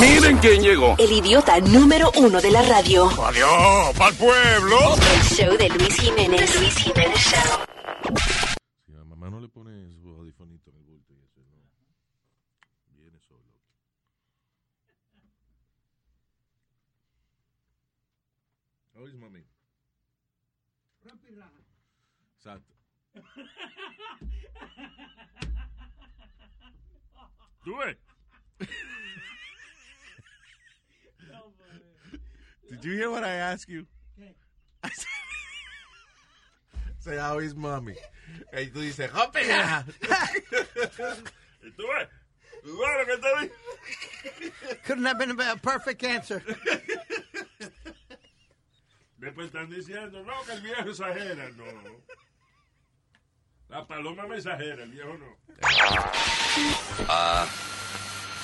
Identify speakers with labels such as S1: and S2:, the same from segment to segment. S1: Miren quién llegó.
S2: El idiota número uno de la radio.
S1: Adiós, pa'l pueblo.
S2: El show de Luis Jiménez. Luis Jiménez Show.
S3: Si la mamá no le pone su audífonito en el bulto y eso, no. Viene solo. How is mami? Exacto. ¿Tú ves? Did you hear what I asked you? I said- Say, how is mommy? Y tú dices, ¡Jópela! ¿Y tú ves? ¿Tú ves lo que te dije?
S4: Couldn't have been a perfect answer.
S3: Después están diciendo, no, que el viejo exagera. No. La paloma mensajera, el viejo no.
S5: Uh,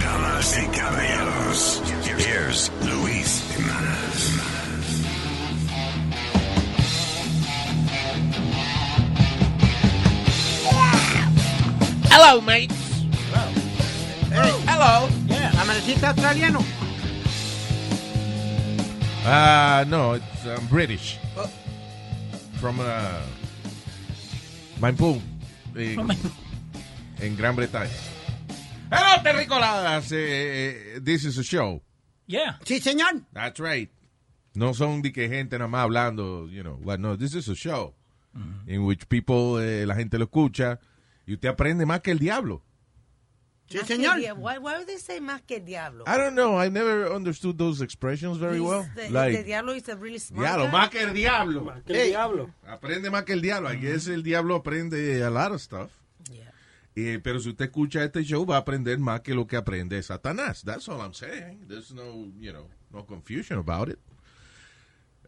S6: Damas y caballeros, here's Luis Jimenez.
S7: Hello, mate. Hello.
S4: Yeah. Amaneciste australiano.
S3: Ah, no, it's, I'm British. From uh, Maipú, eh, en Gran Bretaña. Hello, Terricoladas. eh, eh, this is a show.
S7: Yeah.
S4: Sí, señor.
S3: That's right. No son de que gente nada más hablando, you know. But no, this is a show in which people, eh, la gente lo escucha y usted aprende más que el diablo.
S4: Sí,
S8: Más que
S4: señor.
S8: el diablo. Why, why would they say más que el diablo?
S3: I don't know. I never understood those expressions Ah, very
S8: He's
S3: well.
S8: The,
S3: like,
S8: the este diablo is a really smart
S3: diablo,
S8: guy.
S3: más que el diablo.
S9: Que el
S4: Ey.
S9: diablo.
S3: Aprende más que el diablo. I guess el diablo aprende a lot of stuff.
S8: Yeah.
S3: Eh, pero si usted escucha este show, va a aprender más que lo que aprende Satanás. That's all I'm saying. There's no, you know, no confusion about it.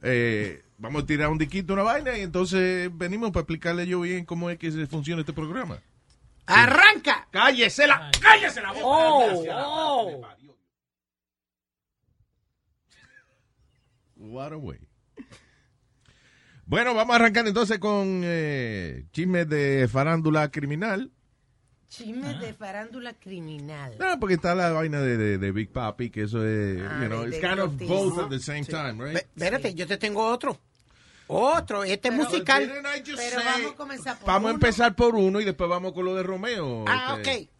S3: Eh, vamos a tirar un diquito, una vaina, y entonces venimos para explicarle yo bien cómo es que se funciona este programa.
S4: Arranca.
S3: ¡Cállese la, cállese la boca!
S8: Oh,
S3: Gracias.
S8: oh.
S3: What a way. Bueno, vamos a arrancar entonces con eh, chismes de farándula criminal.
S8: Chisme de farándula criminal.
S3: No, Ah, porque está la vaina de, de- de Big Papi, que eso es,
S8: Ah,
S3: you know,
S8: de
S3: it's kind of
S8: Big
S3: both
S8: Papi.
S3: at the same time, right?
S4: Ve- Espérate, yo te tengo otro. Otro. Este musical.
S3: Didn't I just
S8: Pero
S3: say-
S8: vamos a comenzar por
S3: Vamos a
S8: uno.
S3: empezar por uno y después vamos con lo de Romeo.
S4: Ah, ok.
S3: este.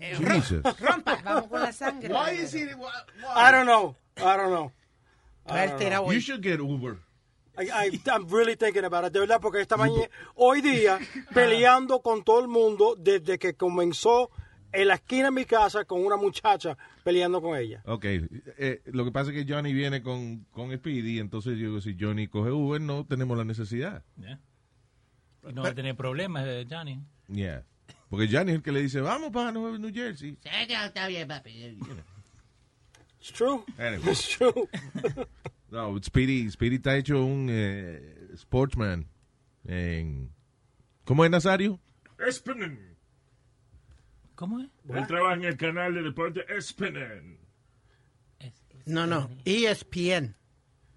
S4: Eh, rom-
S3: Jesus.
S4: Rompa.
S8: Vamos con la sangre.
S3: Why is
S8: primero.
S3: it- why-
S9: I
S3: why?
S9: don't know. I don't know.
S4: Va alterado
S3: You
S4: hoy.
S3: should get Uber.
S9: I, I- I'm really thinking about it. De verdad, porque esta mañana, hoy día, peleando con todo el mundo desde que comenzó en la esquina de mi casa con una muchacha peleando con ella.
S3: Ok, eh, lo que pasa es que Johnny viene con, con Speedy, entonces yo digo, si Johnny coge Uber, no tenemos la necesidad.
S7: Yeah. Y no va a tener problemas, eh, Johnny.
S3: Yeah. Porque Johnny es el que le dice, vamos para Nueva New Jersey.
S9: It's true.
S3: Anyway,
S9: It's true.
S3: no, Speedy, Speedy está hecho un eh, sportsman en... ¿Cómo es Nazario?
S10: Espinen.
S7: ¿Cómo es?
S10: Él trabaja en el canal de deporte Espinen.
S4: No, no. E ESPN.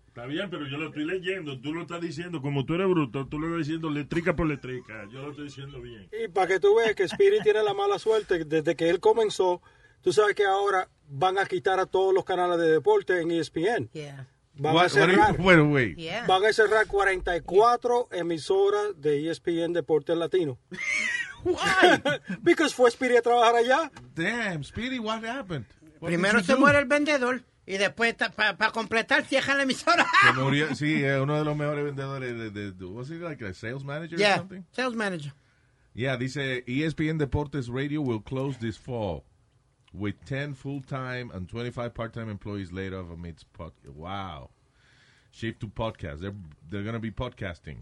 S10: Está bien, pero yo lo estoy leyendo. Tú lo estás diciendo. Como tú eres bruto, tú lo estás diciendo letrica por letrica. Yo lo estoy diciendo bien.
S9: Y para que tú veas que Spirit tiene la mala suerte, desde que él comenzó, tú sabes que ahora van a quitar a todos los canales de deporte en E ESPN.
S8: Yeah.
S3: What-
S9: Van a
S3: what are you-
S9: cerrar.
S3: bueno, wait.
S8: Yeah.
S9: Van a cerrar 44 emisoras de E ESPN Deportes Latino. Because fue Spirit a trabajar allá.
S3: Damn, Speedy, what happened? What
S4: Primero
S3: did you
S4: se
S3: do?
S4: muere el vendedor y después, para completar, cierran la emisora.
S3: Se murió, sí, es uno de los mejores vendedores de, de, de- was he like a sales manager or
S4: Yeah.
S3: something?
S4: Sales manager.
S3: Yeah, dice E ESPN Deportes Radio will close this fall with 10 full-time and 25 part-time employees laid off amidst pod Wow. Shift to podcast. They're they're going to be podcasting.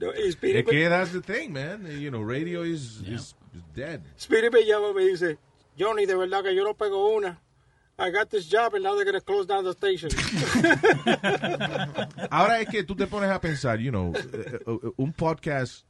S9: Y
S3: Es
S9: Spirit,
S3: que that's the thing, man. You know, radio is is, is dead.
S9: Spirit me llama y me dice, Johnny, de verdad que yo no pego una. I got this job and now they're going to close down the station.
S3: Ahora es que tú te pones a pensar, you know, eh, eh, eh, un podcast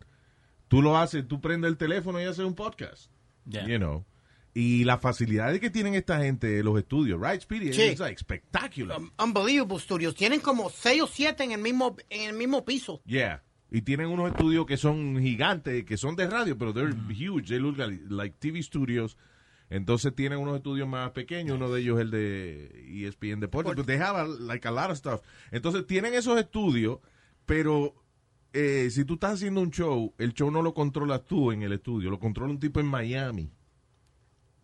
S3: Tú lo haces, tú prendes el teléfono y haces un podcast. You know. Y las facilidades que tienen esta gente, los estudios, right, Speedy?
S4: Sí.
S3: Es like, espectacular.
S4: Um, unbelievable studios. Tienen como seis o siete en el mismo, en el mismo piso.
S3: Yeah. Y tienen unos estudios que son gigantes, que son de radio, pero they're huge. They look like, like TV studios. Entonces tienen unos estudios más pequeños. Uno de ellos es el de E ESPN Deportes. Pero dejaba like a lot of stuff. Entonces tienen esos estudios, pero eh, si tú estás haciendo un show, el show no lo controlas tú en el estudio. Lo controla un tipo en Miami.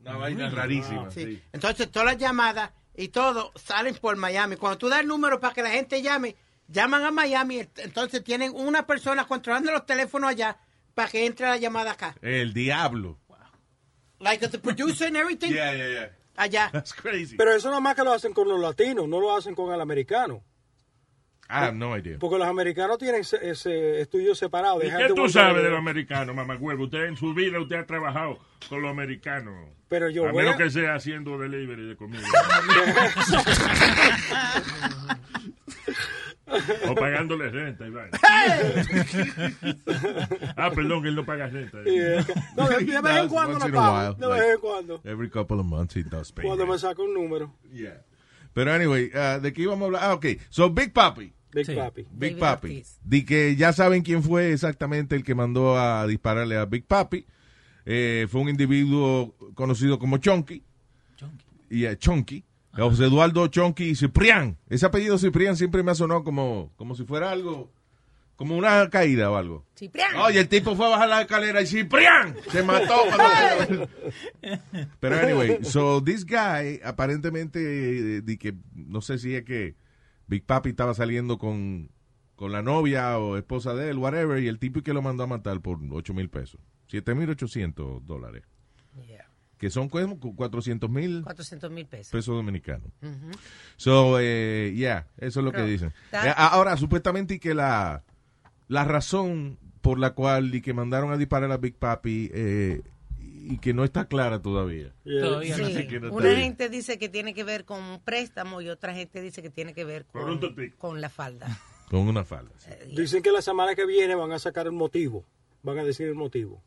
S3: Una
S10: Ah,
S3: vaina rarísima.
S4: Sí. Entonces, todas las llamadas y todo salen por Miami. Cuando tú das el número para que la gente llame, llaman a Miami. ent- Entonces, tienen una persona controlando los teléfonos allá para que entre la llamada acá.
S3: El diablo.
S4: Like the producer and everything
S3: Yeah, yeah, yeah.
S4: allá.
S3: That's crazy.
S9: Pero eso nada más que lo hacen con los latinos, no lo hacen con el americano.
S3: I have no idea.
S9: Porque los americanos tienen ese, ese estudio separado.
S10: ¿Y
S9: They have
S10: qué
S9: the
S10: tú
S9: one
S10: sabes
S9: that-
S10: de los americanos, mamá huevo? Usted en su vida usted ha trabajado con los americanos.
S9: Pero yo
S10: a
S9: voy
S10: menos
S9: a-
S10: que sea haciendo delivery de comida. o pagándole renta, Iván. ah, perdón, que él no paga renta.
S9: Yeah. No, de, de vez en
S3: That's
S9: cuando
S3: once
S9: lo
S3: in a
S9: pago.
S3: while,
S9: De
S3: like-
S9: vez en cuando.
S3: Every couple of months he does pay
S9: Cuando
S3: rent.
S9: me saca un número.
S3: Yeah. Pero anyway, ah, ¿de qué íbamos a hablar? Ah, ok. So, Big Papi.
S9: Big
S7: Sí.
S9: Papi.
S3: Big
S8: David
S3: Papi.
S8: Ortiz.
S3: Di que ya saben quién fue exactamente el que mandó a dispararle a Big Papi. Eh, fue un individuo conocido como Chonky.
S7: Chonky.
S3: Y eh, Chonky. José Eduardo Chonky Ciprián. Ese apellido Ciprián siempre me ha sonado como, como si fuera algo, como una caída o algo.
S8: Ciprián.
S3: Oye, el tipo fue a bajar la escalera y Ciprián se mató. cuando- Pero anyway, so this guy aparentemente eh, di que no sé si es que Big Papi estaba saliendo con, con la novia o esposa de él, whatever, y el tipo que lo mandó a matar por 8 mil pesos, 7 mil 800 dólares,
S8: Yeah.
S3: que son como 400 mil
S8: 400 mil pesos.
S3: pesos dominicanos. So, eh, yeah, eso es lo que
S8: Pero,
S3: dicen.
S8: that-
S3: Eh, Ahora, supuestamente y que la, la razón por la cual y que mandaron a disparar a Big Papi eh, y que no está clara todavía.
S9: Yeah.
S7: Todavía no
S8: Sí.
S7: sé.
S3: que no está
S8: Una
S3: bien.
S8: gente dice que tiene que ver con un préstamo y otra gente dice que tiene que ver
S10: Con
S8: con,
S10: un topic.
S8: con la falda.
S3: Con una falda. sí.
S8: Eh,
S9: Dicen que la semana que viene van a sacar el motivo. Van a decir el motivo.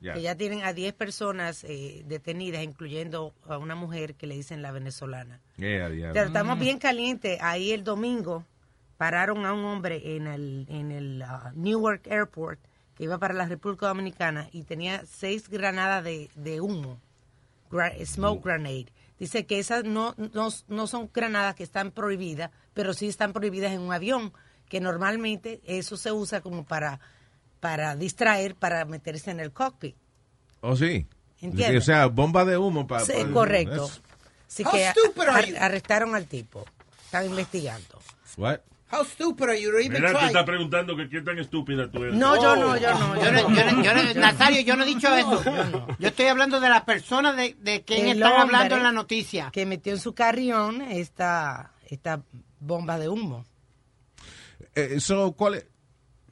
S3: Ya.
S8: Que ya tienen a 10 personas eh, detenidas, incluyendo a una mujer que le dicen la venezolana.
S3: Yeah, diablo.
S8: Pero estamos bien calientes. Ahí el domingo pararon a un hombre en el, en el ah, Newark Airport que iba para la República Dominicana y tenía seis granadas de, de humo, gra- smoke grenade. Dice que esas no, no, no son granadas que están prohibidas, pero sí están prohibidas en un avión, que normalmente eso se usa como para, para distraer, para meterse en el cockpit.
S3: Oh, sí.
S8: Entiendo.
S3: O sea, bomba de humo para...
S8: Sí, correcto. Así
S4: How
S8: que a-
S4: stupid are you?
S8: ar- arrestaron al tipo. Están investigando.
S3: What?
S4: How stupid are you to even
S10: Mira, tú
S4: try?
S10: estás preguntando que qué tan estúpida tú eres.
S8: No, yo
S3: Oh.
S8: no, yo no,
S4: Yo
S8: yo
S4: no,
S8: no.
S4: yo no- yo no- Nazario, yo no he dicho eso. Yo estoy hablando de la persona de, de quien
S8: El
S4: están
S8: hombre
S4: hablando en la noticia.
S8: Que metió en su carrión esta, esta bomba de humo.
S3: Eh, so, ¿cuál es?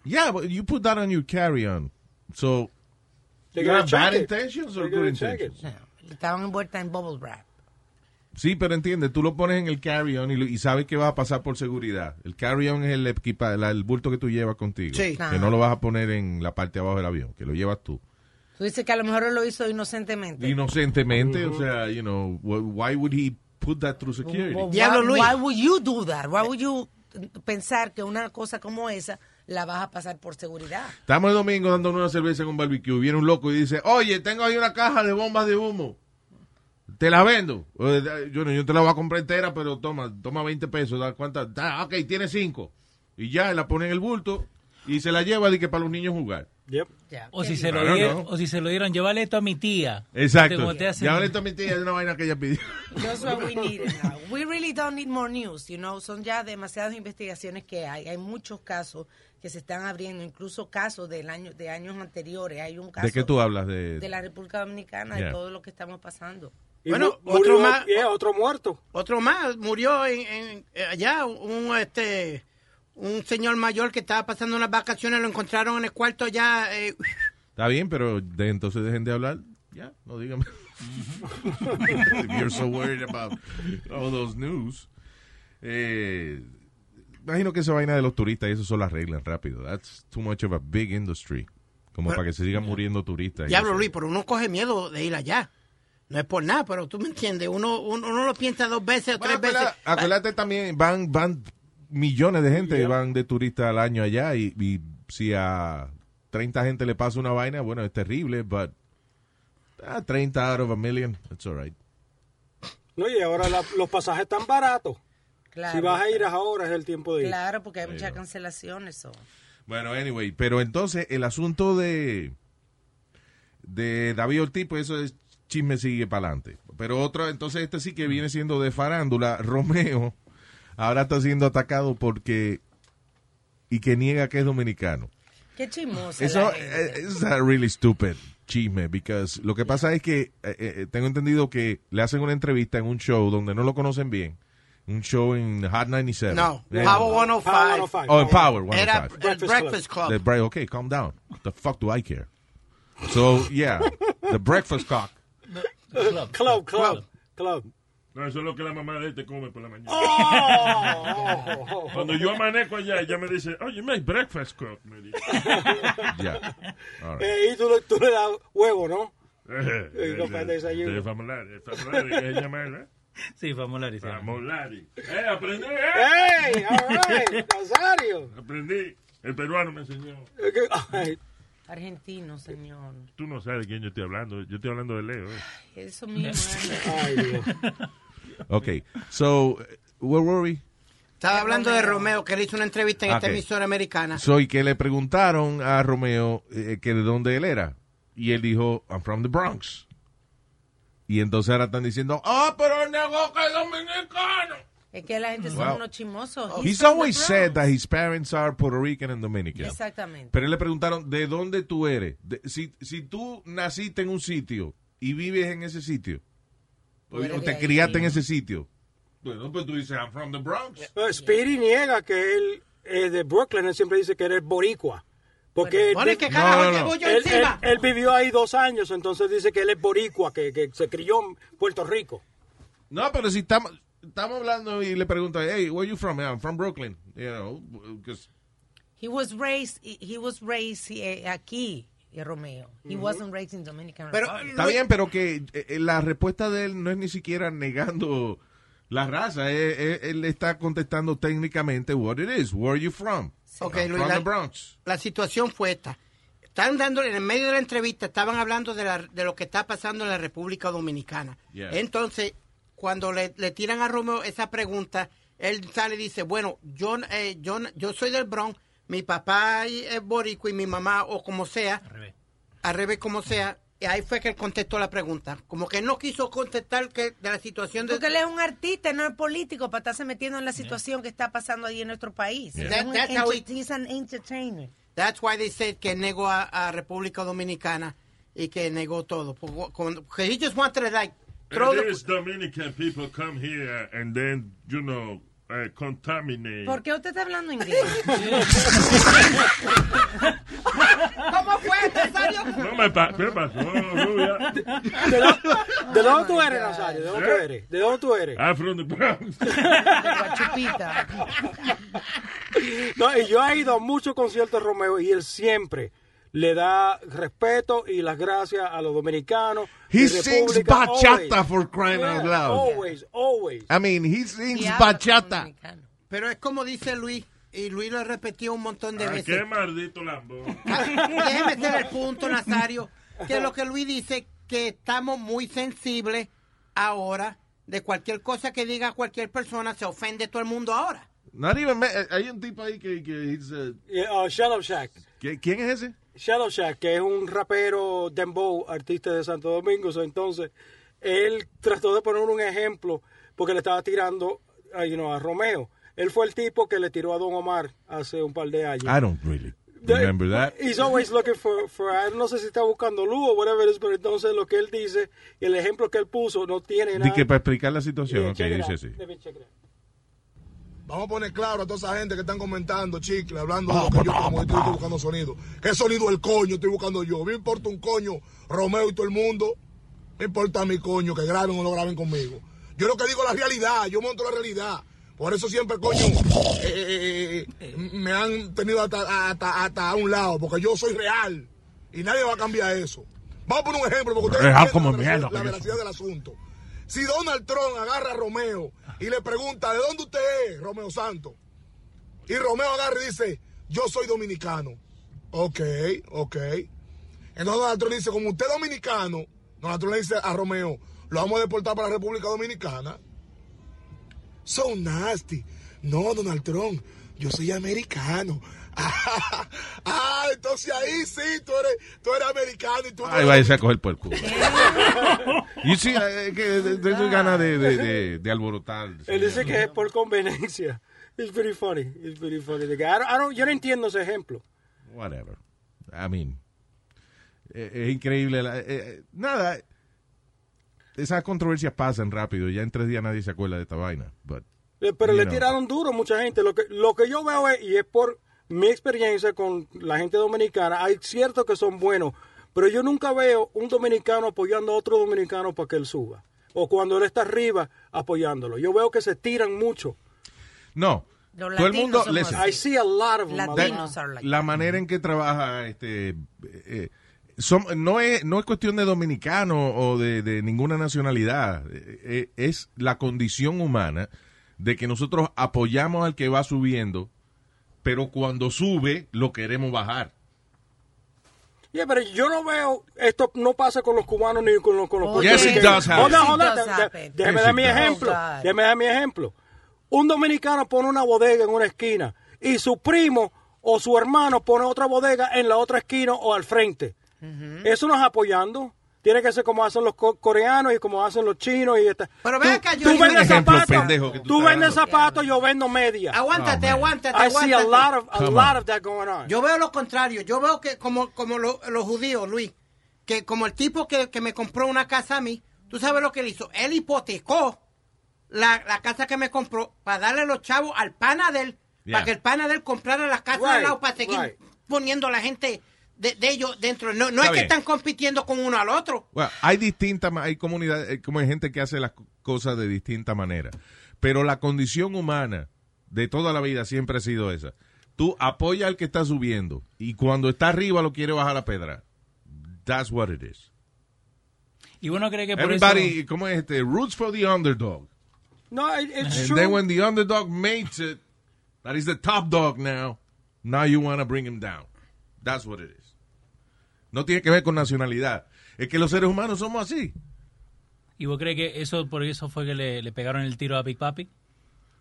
S3: Yeah, but you put that on your carry-on. So,
S9: They're
S3: you
S9: gonna
S3: have Ah, bad
S9: check it.
S3: intentions or
S9: They're
S3: good
S9: gonna check
S3: intentions?
S9: it.
S8: No, Estaban envueltas en bubble wrap.
S3: Sí, pero entiende, tú lo pones en el carry-on y, lo- y sabes que vas a pasar por seguridad. El carry-on es el equipa, la- el bulto que tú llevas contigo.
S4: Sí.
S3: Que no lo vas a poner en la parte de abajo del avión, que lo llevas tú.
S8: Tú dices que a lo mejor él lo hizo inocentemente.
S3: Inocentemente, o sea, you know, wh- why would he put that through security?
S8: Why,
S4: Diablo, Luis.
S8: why would you do that? Why would you pensar que una cosa como esa la vas a pasar por seguridad?
S3: Estamos el domingo dando una cerveza en un barbecue. Viene un loco y dice, oye, tengo ahí una caja de bombas de humo. Te la vendo. Eh, Yo, no- yo te la voy a comprar entera, pero toma, toma 20 pesos. da ¿Cuántas? Da, ok, tiene 5. Y ya, la pone en el bulto y se la lleva de que para los niños jugar.
S9: Yep.
S8: Ya,
S7: O
S8: qué
S7: si, se
S8: bien.
S7: lo
S3: Claro,
S7: dieron,
S3: no.
S7: o si se lo dieron, llévale esto a mi tía.
S3: Exacto.
S7: Como te hacen-
S3: Y ahora esta mi tía es una vaina que ella pidió.
S8: That's what we need now. We really don't need more news, you know. Son ya demasiadas investigaciones que hay. Hay muchos casos que se están abriendo, incluso casos del año de años anteriores. Hay un caso
S3: ¿De qué tú hablas? De,
S8: de la República Dominicana,
S3: Yeah.
S8: de todo lo que estamos pasando.
S9: Y
S4: Bueno,
S9: mu- murió-
S4: otro más-
S9: yeah, otro muerto.
S4: Otro más murió en, en- eh, allá un este un señor mayor que estaba pasando unas vacaciones lo encontraron en el cuarto allá eh,
S3: Está bien, pero de, entonces dejen de hablar. Ya, no digan. If you're so worried about all those news. Eh, imagino que esa vaina de los turistas y eso son las reglas rápido. That's too much of a big industry. Como para que se sigan muriendo turistas. y
S4: Diablo,
S3: eso.
S4: Luis, pero uno coge miedo de ir allá. No es por nada, pero tú me entiendes. Uno, uno, uno lo piensa dos veces o
S3: Bueno,
S4: tres veces.
S3: acuérdate, acuérdate también, van, van millones de gente, van de turistas al año allá y, y si a 30 gente le pasa una vaina, bueno, es terrible, but ah, 30 out of a million, it's all right.
S9: No, y ahora la- los pasajes están baratos.
S8: Claro.
S9: Si vas a ir ahora es el tiempo de ir.
S8: Claro, porque hay muchas cancelaciones. so.
S3: Bueno, anyway, pero entonces el asunto de de David Ortiz, pues eso es chisme sigue para adelante. Pero otro, entonces este sí que viene siendo de farándula, Romeo, ahora está siendo atacado porque y que niega que es dominicano.
S8: Qué chismosa.
S3: Eso
S8: la gente.
S3: es really stupid chisme, because lo que pasa es que eh, eh, tengo entendido que le hacen una entrevista en un show donde no lo conocen bien, un show en Hot 97.
S4: No,
S3: Eh,
S4: Power
S9: Ah,
S4: 105.
S9: 105.
S3: Oh, en Power
S4: Era
S3: 105.
S4: el Breakfast Club.
S3: The break, okay, calm down. The fuck do I care? So, yeah, the breakfast cock.
S7: Club.
S9: Club, club, club.
S10: No, eso es lo que la mamá de él te come por la mañana.
S9: Oh,
S10: Cuando yo amanezco allá, ella me dice, oh, you make breakfast club. Me dice.
S3: Yeah. All right.
S9: Eh, y tú, le- tú le das huevo, ¿no?
S10: Eh,
S9: no, para el desayuno.
S10: De Famolari, de Famolari, que se llama él, ¿eh?
S7: Sí, Famolari. sí.
S10: Famolari. Eh, aprendí, eh.
S9: ¡Hey! all right, Nazario.
S10: Aprendí. El peruano me enseñó.
S9: Eh, que- ay,
S8: Argentino, señor.
S10: Tú no sabes de quién yo estoy hablando. Yo estoy hablando de Leo. eh.
S8: Eso mismo. eh.
S9: ay, Dios.
S3: Okay, so, where were we?
S4: Estaba hablando de Romeo, que le hizo una entrevista en esta
S3: Ah, Ok.
S4: emisora americana.
S3: So, y que le preguntaron a Romeo eh, que de dónde él era. Y él dijo, I'm from the Bronx. Y entonces ahora están diciendo, ah, pero el negocio es dominicano.
S8: Es que la gente son
S3: Wow.
S8: unos chismosos.
S3: He's
S8: Oh, from the
S3: always
S8: Bronx.
S3: said that his parents are Puerto Rican and Dominican.
S8: Exactamente.
S3: Pero él le preguntaron, ¿de dónde tú eres? De- si, si tú naciste en un sitio y vives en ese sitio, o,
S8: Tú eres
S3: o
S8: de
S3: te
S8: ahí.
S3: criaste en ese sitio. Bueno, pues tú dices, I'm from the Bronx.
S9: Eh, Speedy niega que él es de Brooklyn. Él siempre dice que él es boricua. Porque
S4: Bueno,
S9: él,
S4: ¿y qué carajo
S3: no, no.
S4: llevo yo
S9: él- él-
S4: encima?
S9: él vivió ahí dos años, entonces dice que él es boricua, que, que se crió en Puerto Rico.
S3: No, pero si estamos, estamos hablando y le preguntan, hey, where you from? I'm from Brooklyn. You know, 'cause-
S8: He was raised, he he was raised eh, aquí, eh, Romeo. He wasn't raised in Dominican
S4: Pero,
S8: Republic.
S3: está bien, pero que eh, la respuesta de él no es ni siquiera negando la raza. Él, él- él le está contestando técnicamente, what it is, where you from?
S4: Ok,
S3: I'm
S4: Luis,
S3: from
S4: la-
S3: the Bronx.
S4: la situación fue esta. Están dando, en el medio de la entrevista, estaban hablando de, la- de lo que está pasando en la República Dominicana.
S3: Yeah.
S4: Entonces, cuando le, le tiran a Romeo esa pregunta, él sale y dice, bueno, yo, eh, yo, yo soy del Bronx, mi papá es boricua y mi mamá, o como sea,
S7: Al revés.
S4: al revés como sea, y ahí fue que él contestó la pregunta. Como que no quiso contestar que de la situación de...
S8: Porque él es un artista, no es político, para estarse metiendo en la situación que está pasando ahí en nuestro país.
S3: Yeah.
S8: Es
S4: That-
S8: un
S4: that's how it-
S8: enter- he's an entertainer.
S4: That's why they said que negó a, a República Dominicana y que negó todo. Por- con- Porque he just wanted to like throw
S10: And
S4: the-
S10: these Dominican people come here and then, you know, eh, contaminate.
S8: ¿Por qué usted está hablando inglés?
S4: ¿Cómo fue, Nazario?
S10: No me pa ¿Qué pasó, rubia?
S9: ¿De, dó-
S4: Oh
S9: de dónde tú eres, Nazario? ¿De dónde tú eres? ¿De dónde tú eres?
S10: I'm Ah, from the Bronx.
S8: Guachupita.
S9: No, y yo he ido a muchos conciertos de Romeo y él siempre le da respeto y las gracias a los dominicanos.
S3: He
S9: de
S3: sings
S9: República,
S3: bachata
S9: always.
S3: for crying out
S9: Yeah, Oh,
S3: loud.
S9: Always, always.
S3: I mean, he sings
S8: Y habla como
S3: bachata.
S8: dominicano.
S4: Pero es como dice Luis, y Luis lo repetió un montón
S9: Ah,
S4: de
S10: Ay, Ah, qué
S4: veces. Ah,
S10: maldito lambón.
S4: Déjeme hacer el punto, Nazario, que lo que Luis dice, que estamos muy sensibles ahora de cualquier cosa que diga cualquier persona, se ofende todo el mundo ahora.
S3: Not even me- eh, Hay un tipo ahí que, que eh, dice,
S9: Yeah, uh, Shallow Shack.
S3: ¿qué- ¿Quién es ese?
S9: Shallow Shack, que es un rapero dembow, artista de Santo Domingo. so, entonces, él trató de poner un ejemplo porque le estaba tirando uh, you know, a Romeo. Él fue el tipo que le tiró a Don Omar hace un par de años.
S3: I don't really
S9: They-
S3: remember that.
S9: He's always looking for, for I no sé si está buscando luz o whatever it is, pero entonces lo que él dice, el ejemplo que él puso no tiene nada.
S3: Di que para explicar la situación,
S9: Yeah,
S3: ok,
S9: check it
S3: dice
S9: out.
S3: así.
S9: Let me check it out.
S11: Vamos a poner claro a toda esa gente que están comentando, chicle, hablando de lo que yo como yo estoy buscando sonido. ¿Qué sonido el coño estoy buscando yo? Me importa un coño, Romeo y todo el mundo. Me importa mi coño, que graben o no graben conmigo. Yo lo que digo es la realidad, yo monto la realidad. Por eso siempre, coño, eh, eh, eh, eh, me han tenido hasta, hasta, hasta a un lado, porque yo soy real. Y nadie va a cambiar eso. Vamos a poner un ejemplo, porque ustedes
S3: Pero es
S11: entienden
S3: como
S11: la
S3: mierda
S11: veracidad-
S3: que
S11: la
S3: yo
S11: veracidad del asunto. Si Donald Trump agarra a Romeo y le pregunta, ¿de dónde usted es, Romeo Santos? Y Romeo agarra y dice, yo soy dominicano. Ok, ok. Entonces Donald Trump dice, como usted es dominicano, Donald Trump le dice a Romeo, lo vamos a deportar para la República Dominicana. So nasty. No, Donald Trump, yo soy americano. ah, entonces ahí sí, tú eres, tú eres americano y tú...
S3: Ahí va a irse a coger por el culo. Y sí, eh, que tengo ganas de, de, de, de alborotar.
S9: Él dice que es por conveniencia. It's pretty funny. It's pretty funny. The guy- I don't- I don't- yo no entiendo ese ejemplo.
S3: Whatever. I mean, eh, es increíble. la- eh, eh, nada, esas controversias pasan rápido. Ya en tres días nadie se acuerda de esta vaina. But,
S9: Eh, Pero
S3: you
S9: le
S3: know.
S9: tiraron duro mucha gente. Lo que, lo que yo veo es, y es por mi experiencia con la gente dominicana, hay ciertos que son buenos, pero yo nunca veo un dominicano apoyando a otro dominicano para que él suba. O cuando él está arriba apoyándolo. Yo veo que se tiran mucho.
S3: No.
S9: Los
S3: Todo el mundo,
S9: latinos somos
S3: listen.
S9: así. I see a lot of them, Latinos
S3: The-
S9: are like
S3: la manera en que trabaja este eh, eh, som- no es no es cuestión de dominicano o de, de ninguna nacionalidad Eh, eh, es la condición humana de que nosotros apoyamos al que va subiendo pero cuando sube lo queremos bajar
S9: Yeah, pero yo no veo, esto no pasa con los cubanos ni con los, con los
S3: Oh, yes, it
S9: puertorriqueños.
S3: does happen.
S9: Hold on, hold on,
S3: Yes, it does
S9: da- da-
S3: happen.
S9: déjame
S3: Yes,
S9: dar
S3: it
S9: mi
S3: does.
S9: ejemplo,
S3: Oh, God.
S9: déjame dar mi ejemplo. Un dominicano pone una bodega en una esquina y su primo o su hermano pone otra bodega en la otra esquina o al frente. Eso no es apoyando. Tiene que ser como hacen los co- coreanos y como hacen los chinos y esta. Pero
S4: ve
S9: tú,
S4: acá, yo-
S9: tú vendes
S3: Ejemplo
S9: zapatos,
S3: pendejo que tú
S9: tú
S3: estás
S9: vendes
S3: dando.
S9: zapatos, yo vendo media.
S4: Aguántate,
S3: Oh, man.
S4: aguántate,
S9: I see a
S4: aguántate.
S9: lot of a
S3: Come
S9: lot
S3: on.
S9: of that going on.
S4: Yo veo lo contrario. Yo veo que como, como lo- los judíos, Luis, que como el tipo que, que me compró una casa a mí, tú sabes lo que él hizo. Él hipotecó la, la casa que me compró para darle los chavos al pana de él,
S12: Yeah.
S4: para que el pana de él comprara las casas al
S12: Right,
S4: lado para seguir
S12: right.
S4: poniendo a la gente de, de ellos dentro. No, no
S3: Está
S4: es que
S3: bien.
S4: están compitiendo con uno al otro.
S3: Bueno, hay distintas, ma- hay comunidades, eh, como hay gente que hace las co- cosas de distinta manera. Pero la condición humana de toda la vida siempre ha sido esa. Tú apoyas al que está subiendo y cuando está arriba lo quiere bajar a pedra. That's what it is.
S7: Y uno cree que por
S3: Everybody, ¿cómo es este? Roots for the underdog.
S9: No, it- it's
S3: And
S9: true.
S3: then when the underdog makes it, that is the top dog now, now you want to bring him down. That's what it is. No tiene que ver con nacionalidad. Es que los seres humanos somos así.
S7: eso... ¿Y vos crees que eso por eso fue que le, le pegaron el tiro a Big Papi?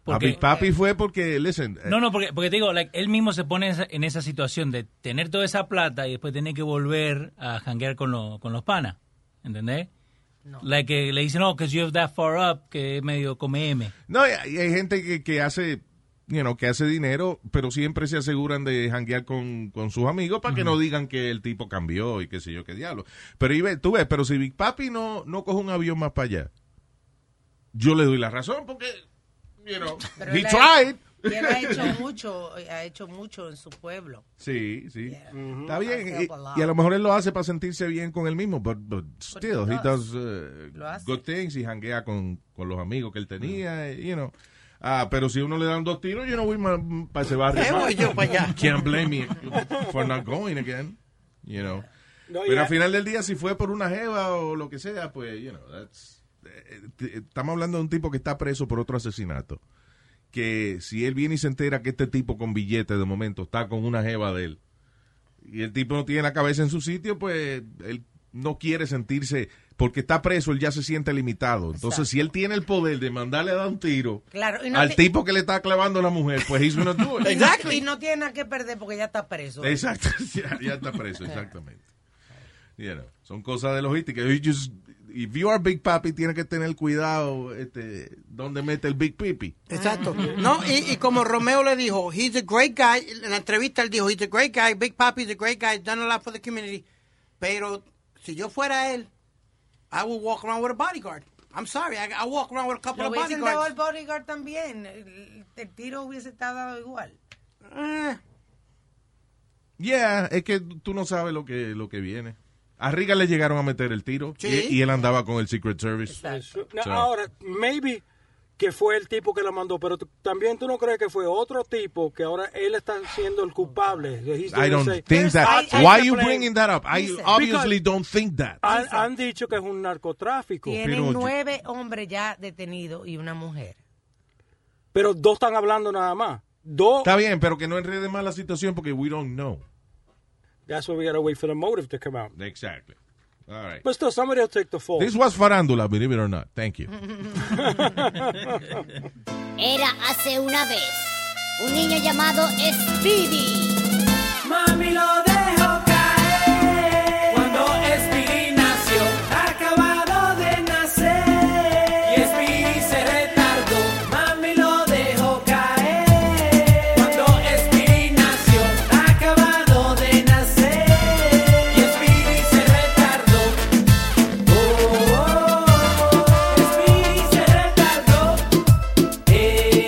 S3: A Big Papi fue porque, listen, eh,
S7: No, no, porque, porque te digo, like, él mismo se pone en esa- en esa situación de tener toda esa plata y después tener que volver a janguear con, lo- con los panas. ¿Entendés? La que le dice, no, because you're that far up, que es medio come M.
S3: No, y hay, hay gente que, que hace, you know, que hace dinero, pero siempre se aseguran de janguear con, con sus amigos para que no digan que el tipo cambió y qué sé yo, qué diablo. Pero y ve- tú ves, pero si Big Papi no, no coge un avión más para allá, yo le doy la razón porque, you know,
S8: Pero
S3: he
S8: él ha-
S3: tried.
S8: y él ha hecho mucho, ha hecho mucho en su pueblo.
S3: Sí, sí.
S8: Ujú.
S3: Está
S8: I
S3: bien.
S8: help
S3: Y,
S8: a lot.
S3: y a lo mejor él lo hace para sentirse bien con él mismo, but, but still,
S8: he
S3: he
S8: does.
S3: does uh,
S8: Lo hace.
S3: good things y janguea con, con los amigos que él
S4: Mm.
S3: tenía, eh, you know. Ah, pero si uno le dan dos tiros, yo no voy más para mm, ese barrio.
S4: Eh, voy yo pa' allá.
S3: Can't blame me for not going again, you know.
S9: No,
S3: pero
S9: ya-
S3: al final del día, si fue por una jeva o lo que sea, pues, you know, that's- eh, eh, estamos hablando de un tipo que está preso por otro asesinato. Que si él viene y se entera que este tipo con billete de momento está con una jeva de él, y el tipo no tiene la cabeza en su sitio, pues él no quiere sentirse, porque está preso, él ya se siente limitado. Entonces, si él tiene el poder de mandarle a dar un tiro
S8: Claro, y no
S3: al
S8: te-
S3: tipo que le está clavando a la mujer, pues he's gonna do it.
S8: Y no- Y no tiene nada que perder porque ya está preso.
S3: Exacto, ya, ya está preso, exactamente. You know, son cosas de logística. You just- if you are Big Papi, tiene que tener cuidado este, donde mete el Big Pipi.
S4: Exacto. No, y, y como Romeo le dijo, he's a great guy. En la entrevista él dijo, he's a great guy. Big Papi's a great guy. Done a lot for the community. Pero si yo fuera él, I would walk around with a bodyguard. I'm sorry, I, I walk around with a couple
S8: Lo
S4: of
S8: hubiesen dado al bodyguard
S4: bodyguards.
S8: también. El, el tiro hubiese estado dado igual.
S3: Yeah, es que tú no sabes lo que, lo que viene. A Riga le llegaron a meter el tiro
S9: Sí.
S3: y, y él andaba con el Secret Service.
S9: Eso. No,
S3: So,
S9: Ahora, maybe que fue el tipo que la mandó, pero tú- también tú no crees que fue otro tipo que ahora él está siendo el culpable. He's
S3: I
S9: doing
S3: don't
S9: the-
S3: think that.
S9: I- I
S3: Why you
S9: blame-
S3: bringing that up? I
S9: Listen.
S3: obviously
S9: Because
S3: don't think that.
S9: han, han dicho que es un narcotráfico.
S8: Tienen nueve hombres ya detenidos y una mujer.
S9: Pero dos están hablando nada más. Dos.
S3: Está bien, pero que no enrede más la situación porque we don't know.
S9: That's why we gotta wait for the motive to come out.
S3: Exactly. All right.
S9: But still, somebody will take the fall.
S3: This was farándula, believe it or not. Thank you.
S12: Era hace una vez un niño llamado Speedy.
S13: Mami lo dejó caer cuando Speedy nació, acabado de nacer. Y Speedy se retardó, mami lo dejó caer cuando Speedy nació, acabado de nacer. Y Speedy se retardó, oh, oh, oh. Speedy se retardó, eh, eh,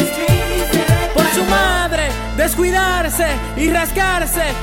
S13: Speedy se retardó. Por su madre, descuidarse y rascarse.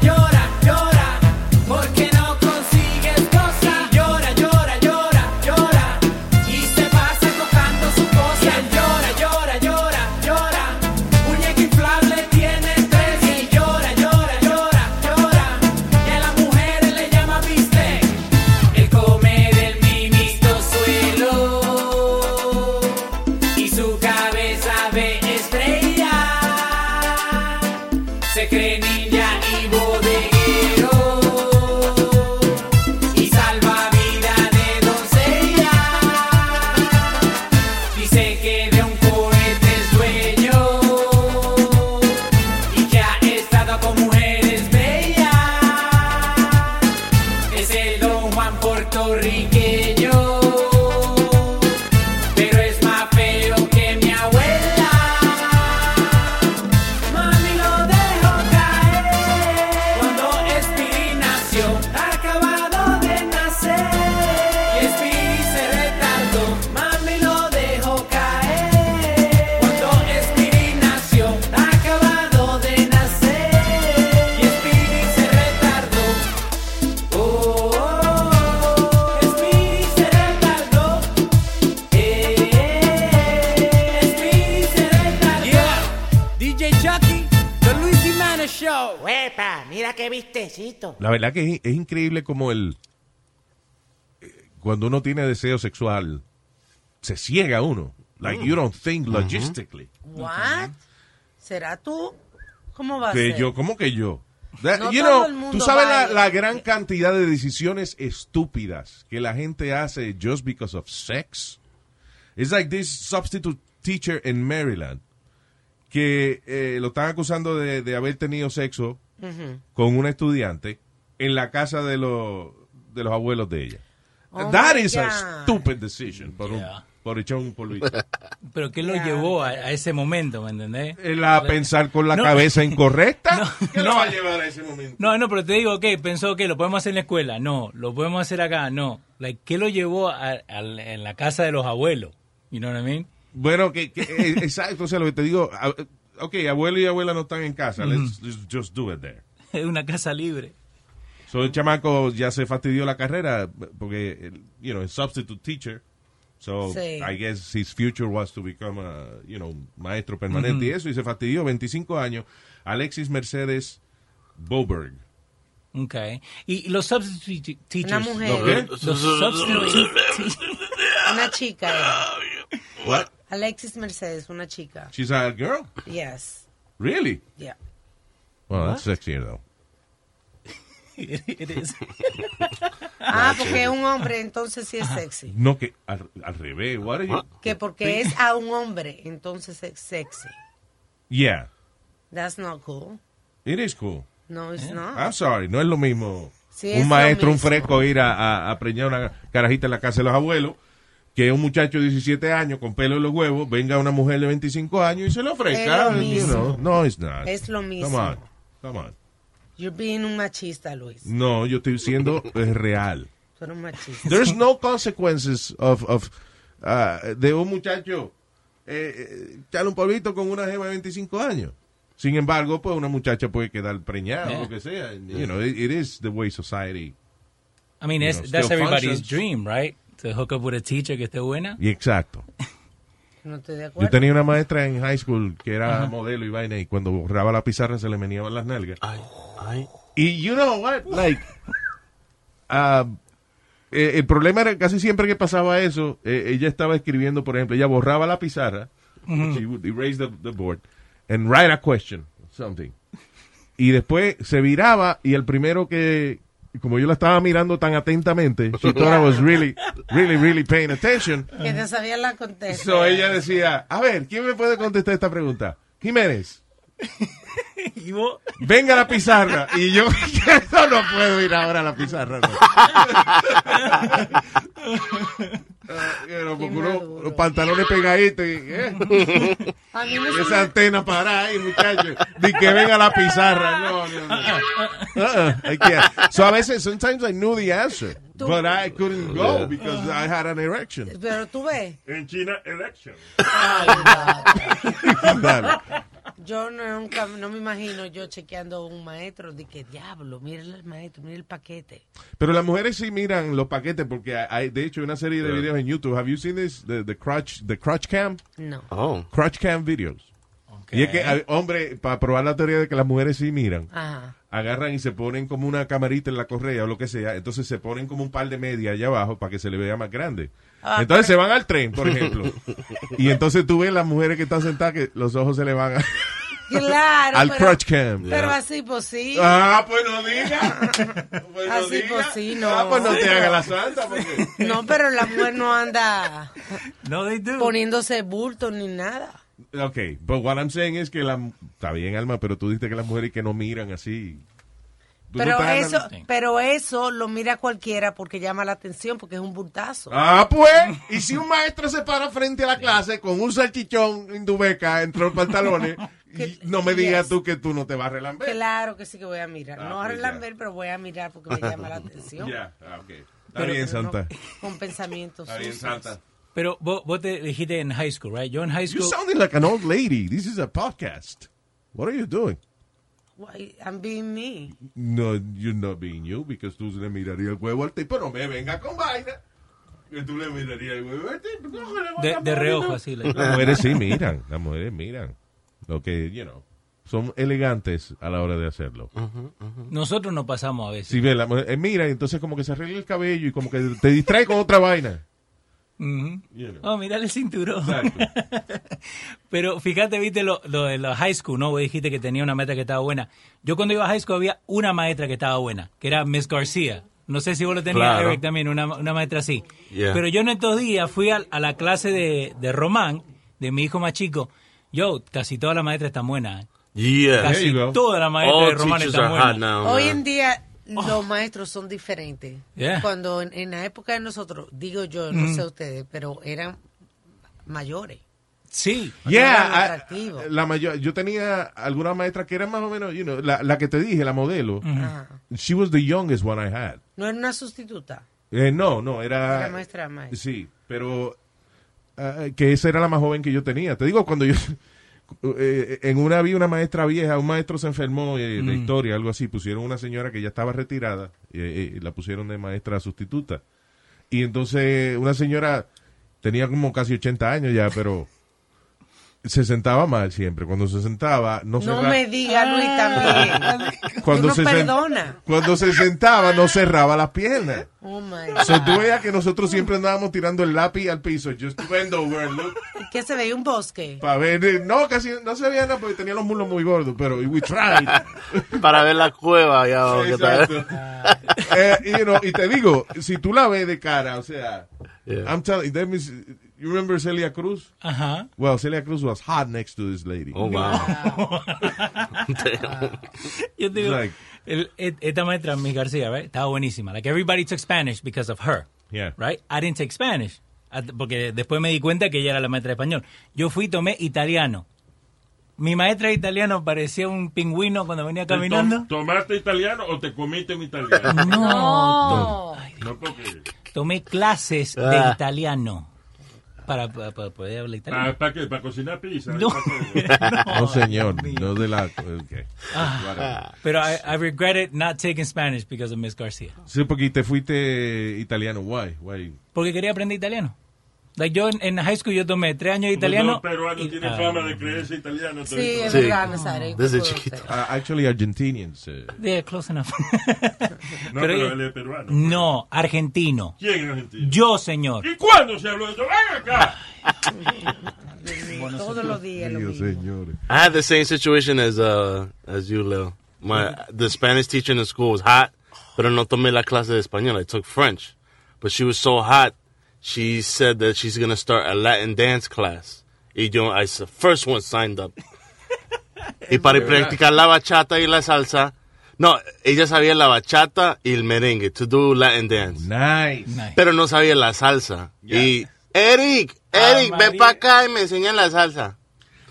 S13: llora, llora, porque no consigue cosa. Y llora, llora, llora, llora. Y se pasa tocando su cosa. Y él llora, llora, llora, llora. Muñeca inflable tiene tres. Y él llora, llora, llora, llora. Y a las mujeres le llama viste. Él come del mimito suelo. Y su cabeza ve estrella. Se cree ninja y bodeguero. Y salva vida de doncella. Dice que de un cohete es dueño y que ha estado con mujeres bellas. Es el don Juan puertorriqueño, pero es más feo que mi abuela. Mami lo dejó caer cuando Spiri nació, acabado de nacer. Y Spiri se retardó, mami lo dejó caer cuando Spiri nació, acabado de nacer. Y Spiri se retardó, oh, oh, oh. Spiri se retardó, eh, eh, eh. Spiri se retardó. DJ Chucky, The Luis Jiménez Show.
S4: Uepa, mira qué vistecito.
S3: La verdad que es, es increíble como el... eh, Cuando uno tiene deseo sexual, se ciega uno. Like, you don't think logistically.
S8: What? ¿Será tú? ¿Cómo va a
S3: Que
S8: ser?
S3: yo, ¿cómo que yo? That-
S8: No
S3: you
S8: todo
S3: know,
S8: el mundo
S3: tú sabes la,
S8: va a-
S3: la gran cantidad de decisiones estúpidas que la gente hace just because of sex. It's like this substitute teacher in Maryland que eh, lo están acusando de, de haber tenido sexo
S8: Ujú.
S3: con una estudiante en la casa de los de los abuelos de ella.
S7: Oh
S3: That
S7: my
S3: is a
S7: God.
S3: stupid decision por un
S7: Yeah.
S3: por echar un polvito.
S7: Pero ¿qué lo llevó a, a ese momento, me entendés?
S3: Él a pensar con la
S7: No.
S3: cabeza incorrecta. ¿Qué lo
S7: no.
S3: va a llevar a ese momento?
S7: No, no, pero te digo, ok, pensó que lo podemos hacer en la escuela. No, lo podemos hacer acá. No. Like, ¿Qué lo llevó a, a la- en la casa de los abuelos? You know what I mean?
S3: Bueno, que, que- eh, exacto, o sea, lo que te digo, a- ok, abuelo y abuela no están en casa, let's, let's just do it there.
S7: Mm. Es una casa libre.
S3: So el chamaco ya se fastidió la carrera porque, you know, es substitute teacher. So
S7: Sí.
S3: I guess his future was to become a, you know, maestro permanente y
S7: Ujú.
S3: eso, y se fastidió, 25 años. Alexis Mercedes Boberg.
S7: Ok. Y los substitute te- teachers.
S8: Una mujer.
S7: Los, los substitute
S8: Una chica era.
S3: What?
S8: Alexis Mercedes, una chica.
S3: She's a girl?
S8: Yes.
S3: Really?
S8: Yeah.
S3: Well, that's sexier though.
S7: It is.
S8: Ah, porque es un hombre, entonces sí es sexy.
S3: No, que al, al revés, what are you?
S8: Que porque es a un hombre, entonces es sexy.
S3: Yeah,
S8: That's not cool.
S3: it is cool.
S8: No, it's not.
S3: I'm sorry, no es lo mismo
S8: Sí, es lo
S3: un maestro, un
S8: mismo.
S3: fresco ir a, a- a preñar una carajita en la casa de los abuelos que un muchacho de 17 años con pelo en los huevos venga una mujer de 25 años y se lo ofrezca.
S8: Es lo
S3: you know.
S8: mismo.
S3: No, it's not.
S8: Es lo mismo.
S3: Come on, come on.
S8: You're being un machista, Luis.
S3: No, yo estoy siendo eh, real.
S8: Tú fueron machistas.
S3: There's no consequences of, of uh, de un muchacho eh, echarle un polvito con una gema de 25 años. Sin embargo, pues una muchacha puede quedar preñada
S7: Yeah.
S3: o lo que sea. You know, it, it is the way society.
S7: I mean,
S3: you
S7: it's,
S3: know,
S7: that's
S3: still
S7: everybody's
S3: functions.
S7: dream, right? To hook up with a teacher que esté buena.
S3: Y exacto.
S8: No estoy de acuerdo.
S3: Yo tenía una maestra en high school que era
S7: Ajá.
S3: modelo y vaina y cuando borraba la pizarra se le meneaban las nalgas. Y you know what, like, ah, eh, el problema era que casi siempre que pasaba eso, eh, ella estaba escribiendo, por ejemplo, ella borraba la pizarra,
S7: Ujú.
S3: she would erase the, the board, and write a question, something. Y después se viraba y el primero que, como yo la estaba mirando tan atentamente, she thought I was really, really, really paying attention.
S8: Que te sabían la contesta.
S3: So ella decía, a ver, ¿quién me puede contestar esta pregunta? Jiménez. Venga a la pizarra. Y yo, yo no puedo ir ahora a la pizarra. no. Ah, you know, porque uno- los pantalones pegaditos. y, ¿eh?
S8: A mí
S3: Y
S8: me
S3: esa antena para ahí, muchachos. Ni que venga a la pizarra. No, no, no. Uh-uh, I can't. So a veces, sometimes I knew the answer, but I couldn't go because I had an erection.
S8: Pero tú ves.
S10: En China, election.
S3: Dale.
S8: Yo no- nunca, no me imagino yo chequeando un maestro de que diablo, mira el maestro, mira el paquete.
S3: Pero las mujeres sí miran los paquetes porque hay, de hecho, hay una serie de videos en YouTube. Have you seen this? The, the crotch, the crotch cam?
S8: No.
S3: Oh. Crotch cam videos. Y es que, hay- hombre, para probar la teoría de que las mujeres sí miran,
S8: Ajá.
S3: agarran y se ponen como una camarita en la correa o lo que sea, entonces se ponen como un par de medias allá abajo para que se le vea más grande.
S14: Ah,
S3: entonces
S14: pero-
S3: se van al tren, por ejemplo. y entonces tú ves las mujeres que están sentadas que los ojos se le van a...
S8: Claro.
S3: Al
S8: pero-
S3: crotch cam.
S8: Pero
S3: Yeah.
S8: así pues sí.
S3: Ah, pues no diga. Pues no
S8: así
S3: diga.
S8: pues sí, no.
S3: Ah, pues no te haga la pues. santa. Porque...
S8: No, pero la mujer no anda
S7: no, they do.
S8: poniéndose bulto ni nada.
S3: Ok, but what I'm saying es que la... Está bien, Alma, pero tú dijiste que las mujeres que no miran así... Tú no
S8: Pero
S3: estás
S8: eso,
S3: analizando-
S8: pero eso lo mira cualquiera porque llama la atención, porque es un bultazo.
S3: Ah, pues. Y si un maestro se para frente a la clase con un salchichón en tu beca, entre los pantalones, y no me digas
S8: Yes.
S3: tú que tú no te vas a relamber.
S8: Claro que sí que voy a mirar.
S3: Ah,
S8: no a
S3: pues ya.
S8: relamber, pero voy a mirar porque me llama la atención.
S3: Ya, ah, ok. Está
S7: Pero-
S3: bien,
S7: pero no-
S3: Santa.
S8: Con pensamientos.
S3: Está bien,
S8: sucios.
S3: Santa.
S7: Pero vos, vos te dijiste en high school, right? Yo en high
S3: You
S7: school.
S3: sounding like an old lady. This is a podcast. What are you doing?
S8: Why- I'm being me.
S3: No, you're not being you, because tú le mirarías el huevo al tipo, no me venga con vaina. Que tú le mirarías el huevo al tipo. no, le
S7: De-
S3: vas a
S7: de reojo,
S3: morir.
S7: así, like-
S3: Las mujeres sí miran, las mujeres miran. Lo que, you know, son elegantes a la hora de hacerlo.
S7: Nosotros nos pasamos a veces.
S3: Si ve, la mujer, eh, mira, entonces como que se arregla el cabello y como que te distrae con otra vaina.
S7: Ujú.
S3: You know.
S7: Oh, mira el cinturón. Pero fíjate, viste lo, lo de la high school, ¿no? Vos dijiste que tenía una maestra que estaba buena. Yo cuando iba a high school había una maestra que estaba buena, que era Miss García. No sé si vos lo tenías,
S15: Claro.
S7: Eric, también, una, una maestra así.
S15: Yeah.
S7: Pero yo en estos días fui al- a, la clase de, de Román, de mi hijo más chico. Yo, casi todas las maestras están buenas. ¿eh?
S15: Yeah.
S7: Casi
S15: There you go.
S7: todas las maestras
S15: All
S7: de Román
S15: teachers
S7: están
S15: are hot
S7: buenas.
S15: now,
S8: Hoy en día
S3: Oh.
S8: los maestros son diferentes.
S7: Yeah.
S8: Cuando en, en la época de nosotros, digo yo, no
S3: Mm-hmm.
S7: Mm.
S8: sé ustedes, pero eran mayores.
S7: Sí.
S3: Yeah,
S8: Era
S3: I-
S8: atractivo.
S3: la mayor, yo tenía alguna maestra que era más o menos, you know, la, la que te dije, la modelo.
S8: Ajá.
S3: She was the youngest one I had.
S8: No era una sustituta.
S3: Eh, no, no, era...
S8: Era maestra, maestra.
S3: Sí, pero ah, que esa era la más joven que yo tenía. Te digo, cuando yo... eh, en una vi una maestra vieja, un maestro se enfermó eh, de
S14: Mm.
S3: historia, algo así. Pusieron una señora que ya estaba retirada eh, eh, y la pusieron de maestra sustituta. Y entonces una señora tenía como casi 80 años ya, pero se sentaba mal siempre. Cuando se sentaba, no,
S8: No
S3: cerra-
S8: me diga, Luis,
S3: Ah.
S8: también.
S3: Cuando
S8: Tú
S3: se
S8: no
S3: sen-
S8: perdona.
S3: cuando se sentaba, no cerraba las piernas.
S8: Oh, my
S3: So, tú
S8: God.
S3: veías que nosotros siempre andábamos tirando el lápiz al piso. Just bend over and look.
S8: ¿Qué se veía? ¿Un bosque?
S3: Para ver. eh, No, casi no se veía nada porque tenía los muslos muy gordos, pero we tried.
S15: Para ver la cueva. Ya, o qué tal.
S3: Exacto. Eh, you know, y te digo, si tú la ves de cara, o sea. I'm telling you, that means- you remember Celia Cruz?
S7: Ajá.
S3: Well, Celia Cruz was hot next to this lady.
S15: Oh, wow.
S7: Este, Yo te digo,
S3: Ah. Like-
S7: el- et- esta maestra, Miss García, right? estaba buenísima. Like, everybody took Spanish because of her.
S3: Yeah.
S7: Right? I didn't take Spanish. At- Porque después me di cuenta que ella era la maestra de español. Yo fui y tomé italiano. Mi maestra de italiano parecía un pingüino cuando venía
S10: ¿Te
S7: caminando.
S10: tom- ¿Tomaste italiano o te comiste un italiano?
S8: Oh.
S7: No.
S10: Ay, No, porque...
S7: Tomé clases de
S10: Ah.
S7: italiano para, para- para poder hablar italiano.
S10: Ah, ¿Para, qué? ¿Para cocinar pizza?
S7: No.
S10: ¿Para
S3: No, señor. No de la. ok.
S7: Ah, pero I, I regretted not taking Spanish because of Miss Garcia.
S3: Sí, porque te fuiste italiano. Why? Why?
S7: Porque quería aprender italiano. Like, yo en, en high school yo tomé tres años de italiano.
S10: Los peruanos tienen
S7: Ah.
S10: fama de creerse italianos.
S7: Sí,
S10: todito.
S7: es verdad, Nazario, Desde ¿qué puedo chiquito.
S3: Uh, actually, Argentinians. eh,
S7: Ah. Yeah, close enough.
S10: No, pero él es peruano.
S7: No, argentino.
S10: ¿Quién es argentino?
S7: Yo, señor.
S10: ¿Y cuándo se habló de eso? ¡Ven acá!
S8: Todos los días lo mismo.
S15: I had the same situation as uh as you, Leo. My the Spanish teacher in the school was hot, pero no tomé la clase de español. I took French, but she was so hot, she said that she's gonna start a Latin dance class. Y yo, I s- first one signed up. y para
S14: verdad.
S15: practicar la bachata y la salsa, no, ella sabía la bachata y el merengue to do Latin dance.
S3: Nice.
S15: Pero no sabía la salsa. Y Eric,
S7: Ah,
S15: Eric, ven para acá y me enseñan la salsa.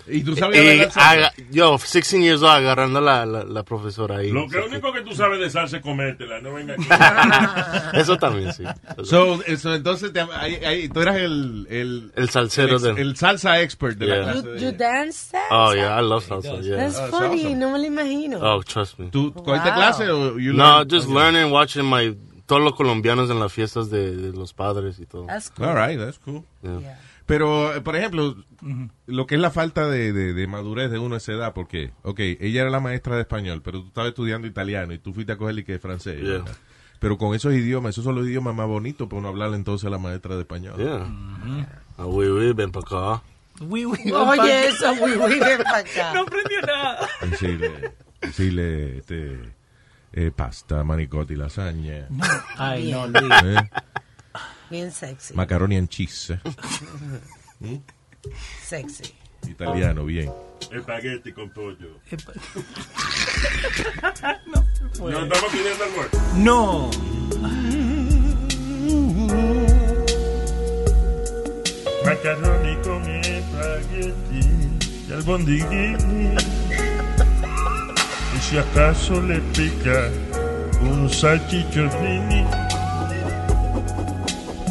S3: Y tú
S10: sabías bailar salsa?
S15: Yo, 16 years old, agarrando la, la, la profesora ahí.
S10: Lo que único que tú sabes de salsa es comértela, no venga aquí.
S15: Eso también, sí.
S3: So, eso, entonces, te- ahí- ahí, tú eras el... El,
S15: El salsero
S3: el, ex-
S15: de-
S3: el salsa expert de la
S15: Yeah.
S3: clase.
S8: You, you dance that?
S15: Oh, yeah, I love salsa, yeah.
S8: That's funny, no me lo imagino.
S15: Oh, trust me.
S3: ¿Tú cogiste Wow. clase o you
S15: No,
S3: learned-
S15: just
S3: Okay.
S15: learning, watching my... Todos los colombianos en las fiestas de, de los padres y todo.
S8: That's
S3: All right, that's cool.
S15: Yeah.
S3: Pero, eh, por ejemplo, lo que es la falta de, de- de madurez de uno a esa edad, porque, ok, ella era la maestra de español, pero tú estabas estudiando italiano y tú fuiste a coger y que francés.
S15: Yeah.
S3: ¿verdad? Pero con esos idiomas, esos son los idiomas más bonitos para uno hablarle entonces a la maestra de español.
S15: Yeah. Ah, oui, oui, ven para acá.
S7: Oui, oui,
S8: Oye, eso, oui, oui, ven para acá.
S7: No aprendió nada.
S3: Decirle, decirle este, eh, pasta, manicotti, lasaña.
S8: No,
S7: ay, no,
S8: Luis.
S3: ¿Eh?
S8: Bien sexy.
S3: Macaroni en cheese. ¿Mm?
S8: Sexy.
S3: Italiano, bien.
S10: Espagueti con pollo.
S7: no,
S10: No estamos pidiendo amor.
S7: No.
S10: Macaroni con espagueti y albondiguini. Y si acaso le pica un salchichonini.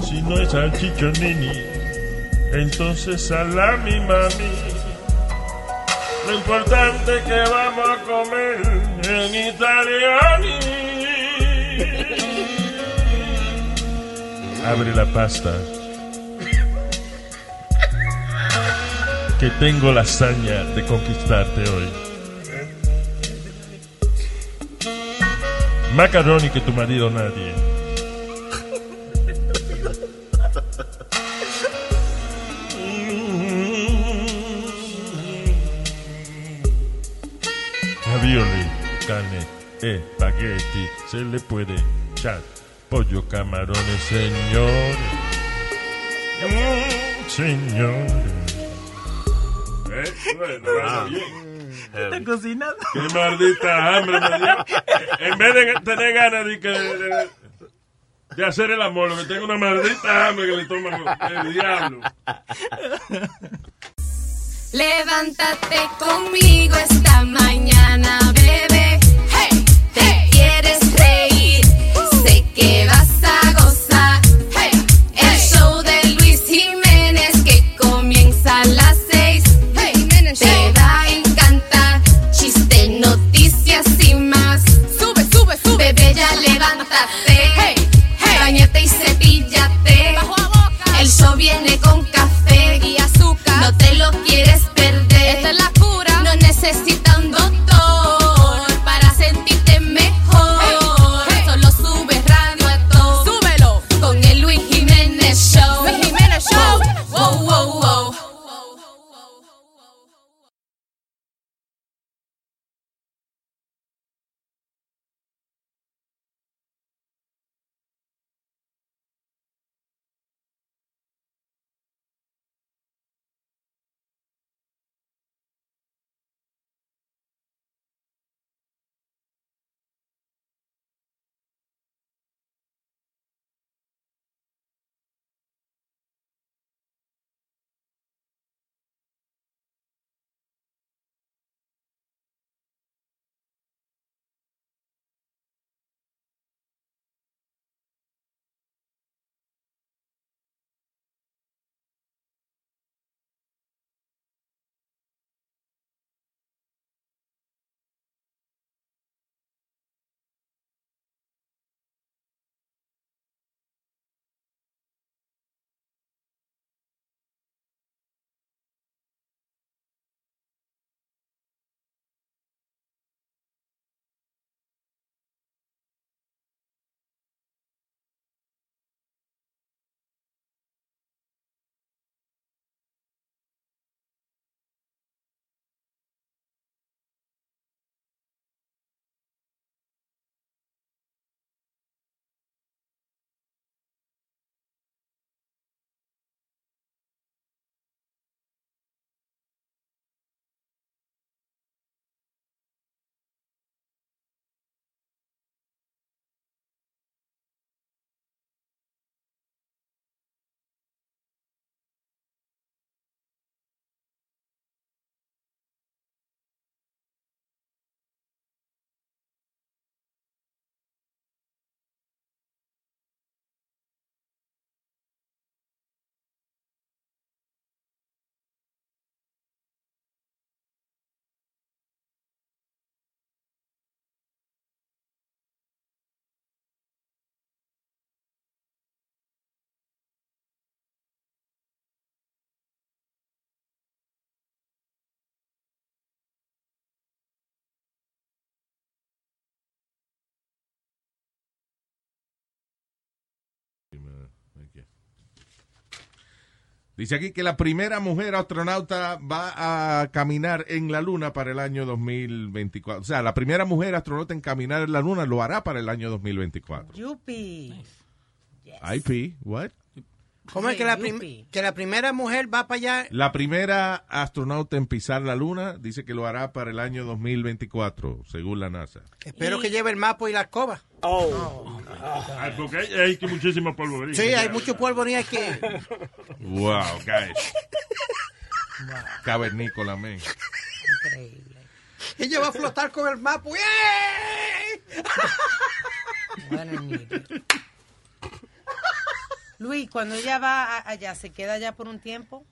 S10: Si no es salchichonini, entonces salami, mami. Lo importante es que vamos a comer en italiani. Abre la pasta. que tengo la hazaña de conquistarte hoy. Macaroni que tu marido nadie. Ravioli, carne, espagueti, se le puede echar pollo, camarones, señores. Mm, señores. Eh, bueno, ahora bien.
S7: Está cocinando.
S10: Qué maldita hambre me dio. En vez de tener ganas de, que- de- de hacer el amor, lo que tengo una maldita hambre que le toma el diablo.
S16: Levántate conmigo esta mañana, bebé. Hey, te quieres reír, sé que vas a gozar. Hey, el show de Luis Jiménez que comienza a las seis. Hey, te va a encantar, chiste, noticias y más. Sube, sube, sube, bebé, ya levántate. Hey, hey, bañate y cepíllate. El show viene con café y azúcar. No te lo quieres perder. Esta es la cura. No necesita un doctor para sentirte mejor. Solo sube radio a todo. Súbelo. Con el Luis Jiménez Show. Luis Jiménez Show. Wow, wow, wow.
S3: Dice aquí que la primera mujer astronauta va a caminar en la Luna para el año 2024. O sea, la primera mujer astronauta en caminar en la Luna lo hará para el año 2024.
S8: Yupi.
S3: IP, what?
S4: ¿Cómo es que la, prim- que la primera mujer va para allá?
S3: La primera astronauta en pisar la Luna dice que lo hará para el año 2024, según la NASA.
S4: Espero que lleve el mapa y la escoba.
S15: Oh.
S10: Ay, porque hay, hay que muchísimo polvorín.
S4: Sí, hay mucho polvo ni que.
S3: Wow, guys. Cavernícola, man.
S4: Ella va a flotar con el mapa. ¡Yay!
S8: Luis, cuando ella va a- allá, ¿se queda allá por un tiempo?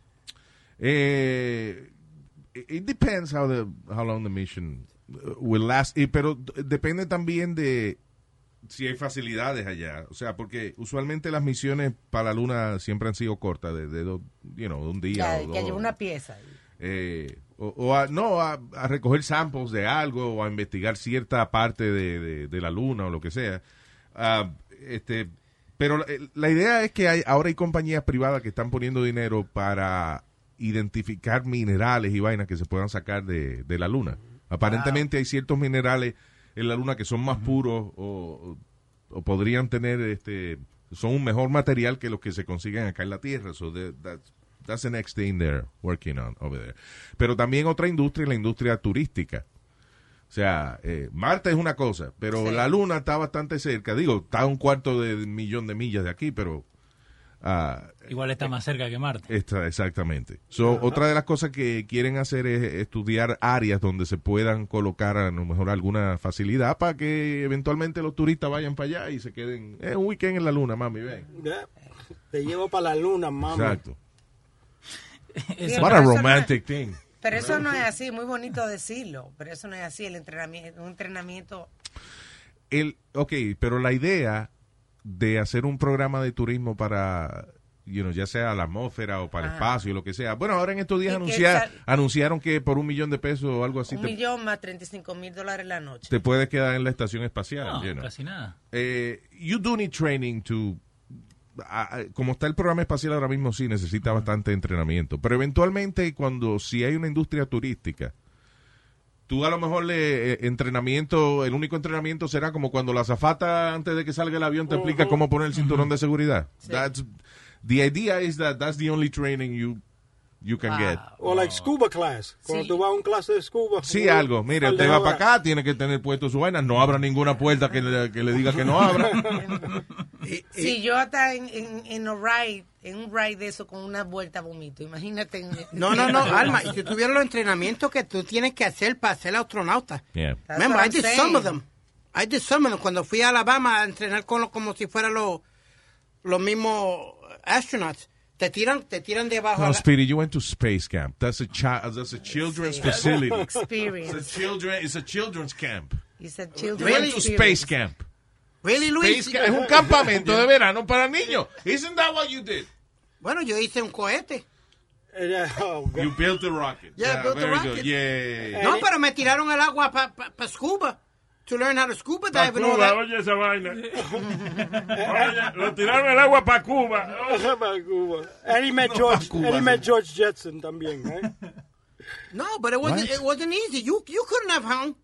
S3: Eh, it it depends how the how long the mission uh, will last, y, pero d- depende también de si hay facilidades allá, o sea, porque usualmente las misiones para la luna siempre han sido cortas, de, de dos, you know, de un día
S8: que
S3: o
S8: que
S3: dos.
S8: lleva una pieza.
S3: Eh, o, o a, no, a, a recoger samples de algo o a investigar cierta parte de, de- de la luna o lo que sea. Ah, este, pero la, la idea es que hay, ahora hay compañías privadas que están poniendo dinero para identificar minerales y vainas que se puedan sacar de, de la luna. Aparentemente hay ciertos minerales en la luna que son más puros o, o podrían tener este son un mejor material que los que se consiguen acá en la tierra. So that- that's, that's the next thing they're working on over there. Pero también otra industria es la industria turística. O sea, eh, Marte es una cosa, pero la Luna está bastante cerca. Digo, está a un cuarto de millón de millas de aquí, pero ah,
S7: Igual está más cerca que Marte.
S3: Esta- exactamente. So, Otra de las cosas que quieren hacer es estudiar áreas donde se puedan colocar a lo mejor alguna facilidad para que eventualmente los turistas vayan para allá y se queden. Es un weekend en la luna, mami, ven.
S9: Ya. Te llevo para la luna, mami.
S3: Exacto.
S8: Eso- pero
S3: What a
S8: eso no es-
S3: romantic thing.
S8: Pero eso no es así, muy bonito decirlo, pero eso no es así, el entrenamiento, un entrenamiento
S3: El, ok, pero la idea de hacer un programa de turismo para, you know, ya sea la atmósfera o para el
S8: Ajá.
S3: espacio, lo que sea. Bueno, ahora en estos días
S8: Y que
S3: anunciar-
S8: sal-
S3: anunciaron que por un millón de pesos o algo así
S8: un
S3: te-
S8: millón más 35 mil dólares la noche.
S3: te puedes quedar en la estación espacial.
S7: No,
S3: you know.
S7: casi nada.
S3: Eh, you do need training to. a- a- como está el programa espacial ahora mismo, sí necesita bastante entrenamiento. Pero eventualmente, cuando si hay una industria turística, tú a lo mejor le eh, entrenamiento, el único entrenamiento será como cuando la azafata antes de que salga el avión te explica cómo poner el cinturón de seguridad. That's, the idea is that that's the only training you you can get.
S9: O like scuba class. Cuando tú vas a un clase de scuba.
S3: Sí,
S9: una-
S3: algo. Mire,
S9: par de
S3: usted va para
S9: horas.
S3: acá, tiene que tener puesto su vaina. No abra ninguna puerta que le, que le diga que no abra. Eh,
S8: Si yo hasta en, en, en un ride, en un ride de eso con una vuelta vomito, imagínate. en-
S4: No, no, no, Alma. Y si tuviera los entrenamientos que tú tienes que hacer para ser astronauta.
S3: Yeah.
S8: That's
S4: Remember,
S8: what
S4: I
S8: I'm
S4: did
S8: saying.
S4: some of them. I did some of them. Cuando fui a Alabama a entrenar con los, como si fueran los los mismos astronauts. Te tiran, te tiran debajo.
S3: No, Speedy, you went to space camp. That's a child. That's a children's facility.
S8: Experience.
S3: It's a children. It's a children's camp.
S8: You said
S3: You
S8: children
S3: went to
S8: experience.
S3: space camp.
S4: Really, Luis?
S3: Space camp. Es un campamento de verano para niños. Isn't that what you did?
S4: Bueno, yo hice un cohete.
S3: You built the rocket.
S4: Yeah, I built the
S3: very
S4: rocket.
S3: good. Yay.
S4: No, pero me tiraron al agua para pa, pa scuba. To learn how to scuba
S10: Pa'
S4: dive and all
S10: Cuba,
S4: that.
S10: oye esa vaina. Oye, lo tiraron al agua para Cuba.
S9: Ajá, para Cuba. Él met
S10: No,
S9: George,
S10: para Cuba,
S9: él met
S10: sí.
S9: George Jetson también, ¿eh?
S4: No, but it wasn't,
S9: What?
S4: it wasn't easy. You, you couldn't have hung.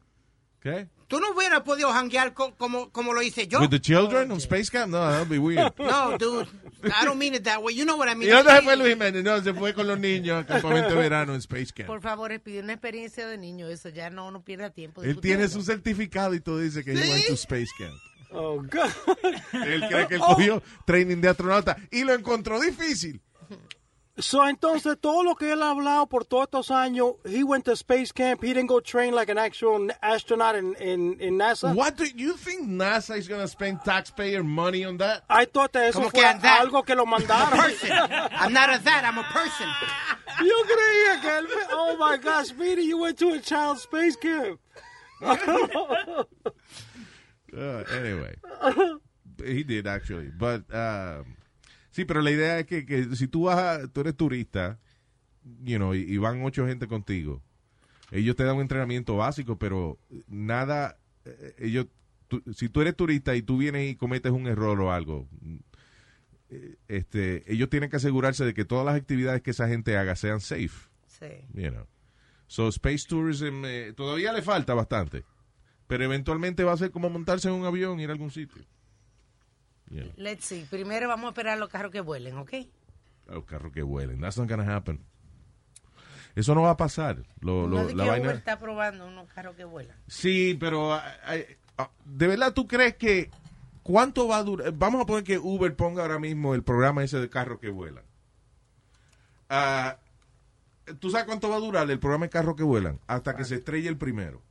S3: Okay.
S4: Tú no hubieras podido hanguear co- como, como lo hice yo. Oh,
S3: With the children on space camp? No, that'd be weird.
S4: No, dude. I don't mean it that way. You know what I
S3: ¿Y
S4: mean.
S3: dónde se fue Luis Jiménez? No, se fue con los niños al campamento de verano en space camp.
S8: Por favor, pide una experiencia de niño, eso ya no, no pierda tiempo.
S3: Él tiene su certificado y todo dice que he went to space camp.
S9: Oh, God.
S3: Él cree que
S4: Oh.
S3: él cogió training de astronauta y lo encontró difícil.
S9: So, entonces, todo lo que él ha hablado por todos estos años, he went to space camp, he didn't go train like an actual astronaut in, in, in NASA.
S3: What do you think NASA is going to spend taxpayer money on that?
S9: I thought that eso
S3: Como
S9: fue
S3: que a that.
S9: algo que lo mandaron.
S4: Person. I'm not a that, I'm a person.
S9: Yo creía que él... Oh, my God, Speedy, you went to a child space camp.
S3: Uh, anyway. He did actually, but um, sí, pero la idea es que, que si tú vas, a- tú eres turista, you know, y, y van ocho gente contigo, ellos te dan un entrenamiento básico, pero nada, eh, ellos, tú- si tú eres turista y tú vienes y cometes un error o algo, eh, este, ellos tienen que asegurarse de que todas las actividades que esa gente haga sean safe.
S8: Sí.
S3: You know. So, space tourism eh, todavía le falta bastante. Pero eventualmente va a ser como montarse en un avión, ir a algún sitio. You know,
S8: Let's see. Primero vamos a esperar los carros que vuelen, ¿ok?
S3: a los carros que vuelen. That's not gonna happen. Eso no va a pasar. Lo- lo-
S8: no de
S3: la
S8: que
S3: vaina-
S8: Uber está probando unos carros que vuelan.
S3: Sí, pero ah, ah, ¿de verdad tú crees que cuánto va a durar? Eh, Vamos a poner que Uber ponga ahora mismo el programa ese de carros que vuelan. Ah, ¿Tú sabes cuánto va a durar el programa de carros que vuelan? Hasta que se estrelle el primero.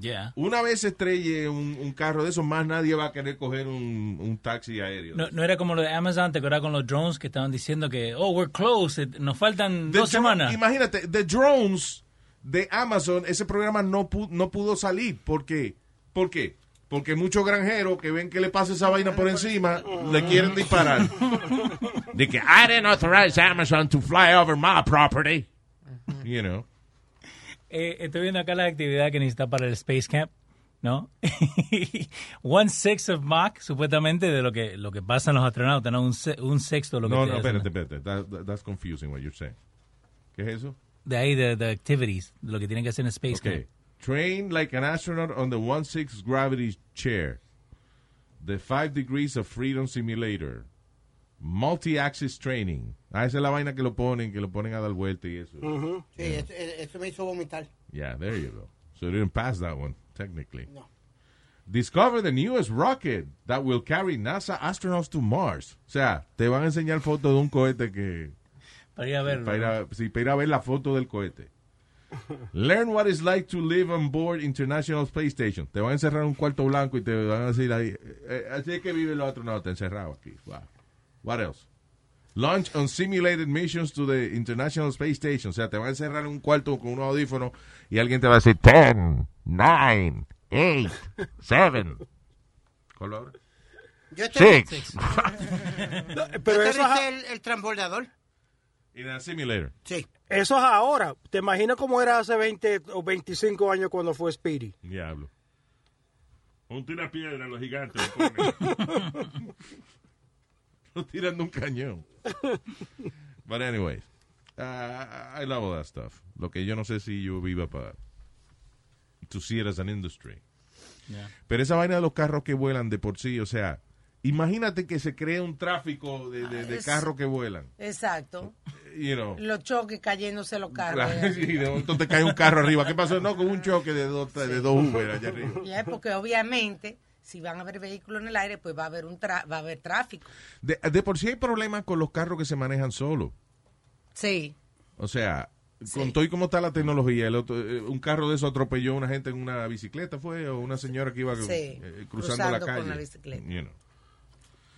S7: Yeah.
S3: Una vez se estrelle un, un carro de esos, más nadie va a querer coger un, un taxi aéreo.
S7: No, no era como lo de Amazon, te acuerdas con los drones que estaban diciendo que, oh, we're close, eh, nos faltan
S3: The
S7: dos
S3: dro-
S7: semanas.
S3: Imagínate, The Drones de Amazon, ese programa no, pu- no pudo salir. ¿Por qué? ¿Por qué? Porque muchos granjeros que ven que le pasa esa vaina por encima, le quieren disparar. De que, I didn't authorize Amazon to fly over my property. You know.
S7: Eh, estoy viendo acá la actividad que necesita para el Space Camp, ¿no? One sixth of Mach, supuestamente, de lo que, lo que pasan los astronautas, ¿no? Un, se- un sexto de lo que
S3: No,
S7: te
S3: no,
S7: hacen.
S3: espérate, espérate. That- that- that's confusing what you're saying. ¿Qué es eso?
S7: De ahí, de, de activities, de lo que tienen que hacer en Space
S3: Okay.
S7: Camp.
S3: Train like an astronaut on the 1-6 gravity chair. The 5 degrees of freedom simulator. Multi-axis training. Ah, esa es la vaina que lo ponen, que lo ponen a dar vuelta y eso.
S4: Ujú. Sí,
S3: Yeah.
S4: eso, eh, eso me hizo vomitar.
S3: Yeah, there you go. So you didn't pass that one, technically. Discover the newest rocket that will carry NASA astronauts to Mars. O sea, te van a enseñar fotos de un cohete que...
S7: Para ir a verlo.
S3: Para ir a- sí, para ir a ver la foto del cohete. Learn what it's like to live on board International Space Station. Te van a encerrar en un cuarto blanco y te van a decir ahí, eh, así es que vive los astronautas encerrados aquí. Wow. What else? Launch on simulated missions to the International Space Station. O sea, te van a encerrar en un cuarto con unos audífonos y alguien te va a decir 10, 9, 8, 7. ¿Color?
S4: Yo
S3: Six.
S4: No,
S9: Pero
S4: ¿Tú
S9: eso
S4: viste el, el transbordador?
S3: In a simulator.
S4: Sí.
S9: Eso es ahora. ¿Te imaginas cómo era hace 20 o 25 años cuando fue Speedy?
S3: Diablo. Un tira piedra a los gigantes. No tirando un cañón. But anyways, uh, I love all that stuff. Lo que yo no sé si yo viva para to see it as an industry.
S7: Yeah.
S3: Pero esa vaina de los carros que vuelan de por sí, o sea, imagínate que se cree un tráfico de, de- de
S8: Es-
S3: carros que vuelan.
S8: Exacto.
S3: You know.
S8: Los choques cayéndose los carros.
S3: Oh. Claro, sí, de momento te cae un carro arriba. ¿Qué pasó? No, con un choque de dos, de dos Uber allá arriba.
S8: Ya, porque obviamente, si van a haber vehículos en el aire, pues va a haber un tra- va a haber tráfico.
S3: De, de por sí hay problemas con los carros que se manejan solos.
S8: Sí.
S3: O sea, con todo y cómo está la tecnología, el otro- eh, un carro de eso atropelló a una gente en una bicicleta, fue, o una señora que iba
S8: Sí,
S3: eh, cruzando,
S8: cruzando
S3: la
S8: con
S3: calle.
S8: la bicicleta.
S3: You know.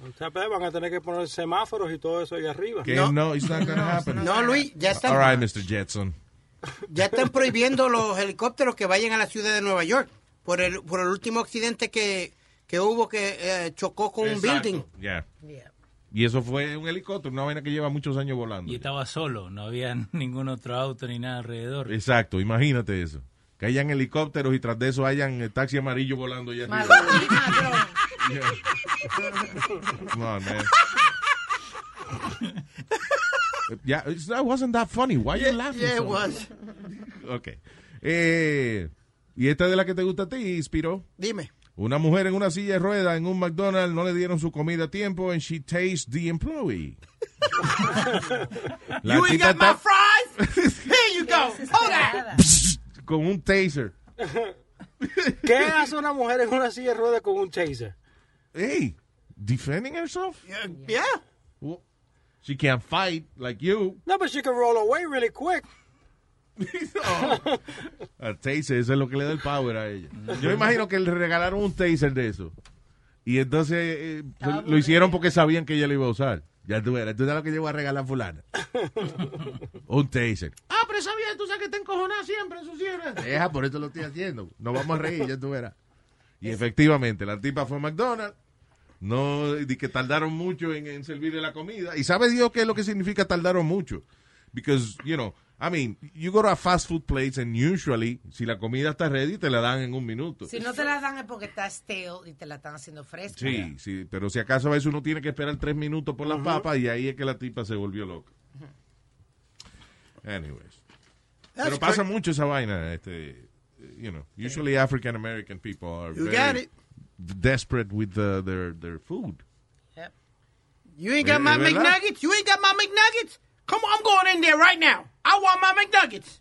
S9: O sea, pues, van a tener que poner semáforos y todo eso ahí arriba.
S3: Que no, it's not gonna happen.
S4: No, Luis, ya está.
S3: All right, Mr. Jetson.
S4: Ya están prohibiendo los helicópteros que vayan a la ciudad de Nueva York por el, por el último accidente que, que hubo que eh, chocó con un
S3: Exacto.
S4: building.
S3: Yeah. Y eso fue un helicóptero, una vaina que lleva muchos años volando.
S7: Y estaba solo, no había ningún otro auto ni nada alrededor.
S3: Exacto, imagínate eso. Que hayan helicópteros y tras de eso hayan eh, taxi amarillo volando allá arriba. Come on, man. yeah, it's, that wasn't that funny. Why you laughing?
S4: Yeah, it
S3: so much?
S4: was.
S3: Ok. Eh, y esta de la que te gusta a ti, Inspiro.
S4: Dime.
S3: Una mujer en una silla de ruedas en un McDonald's no le dieron su comida a tiempo and she tased the employee. La
S4: you ain't
S3: tipa
S4: got my
S3: está
S4: fries? Here you go. Hold on.
S3: con un taser.
S9: ¿Qué hace una mujer en una silla de ruedas con un taser?
S3: Hey, defending herself?
S4: Yeah.
S3: Well, She can't fight like you.
S9: No, but she can roll away really quick.
S3: A taser, eso es lo que le da el power a ella.
S4: Mm.
S3: Yo me imagino que le regalaron un taser de eso. Y entonces eh,
S8: Estaba
S3: lo hicieron porque sabían que ella lo iba a usar. Ya tú verás, tú sabes lo que llevo a regalar fulana. un taser.
S13: Ah, pero sabía, tú sabes que te encojonas siempre en su sierra.
S3: Deja, por eso lo estoy haciendo. Nos vamos a reír, ya tú verás. Y efectivamente, la tipa fue a McDonald's. No, di que tardaron mucho en, en servirle la comida. Y sabe Dios qué es lo que significa tardaron mucho. Because, you know, I mean, you go to a fast food place and usually, si la comida está ready, te la dan en un minuto.
S8: Si no te la dan es porque está stale y te la están haciendo fresca.
S3: Sí, sí, pero si acaso a veces uno tiene que esperar tres minutos por las papas y ahí es que la tipa se volvió loca. Anyways.
S4: That's
S3: pero pasa mucho esa vaina, este, you know, usually African American people are
S4: You got
S3: very
S4: it.
S3: desperate with the- their their food.
S4: You ain't got
S3: Eh,
S4: my
S3: eh, ¿verdad?
S4: McNuggets. You ain't got my McNuggets. Come on, I'm going in there right now. I want my McNuggets.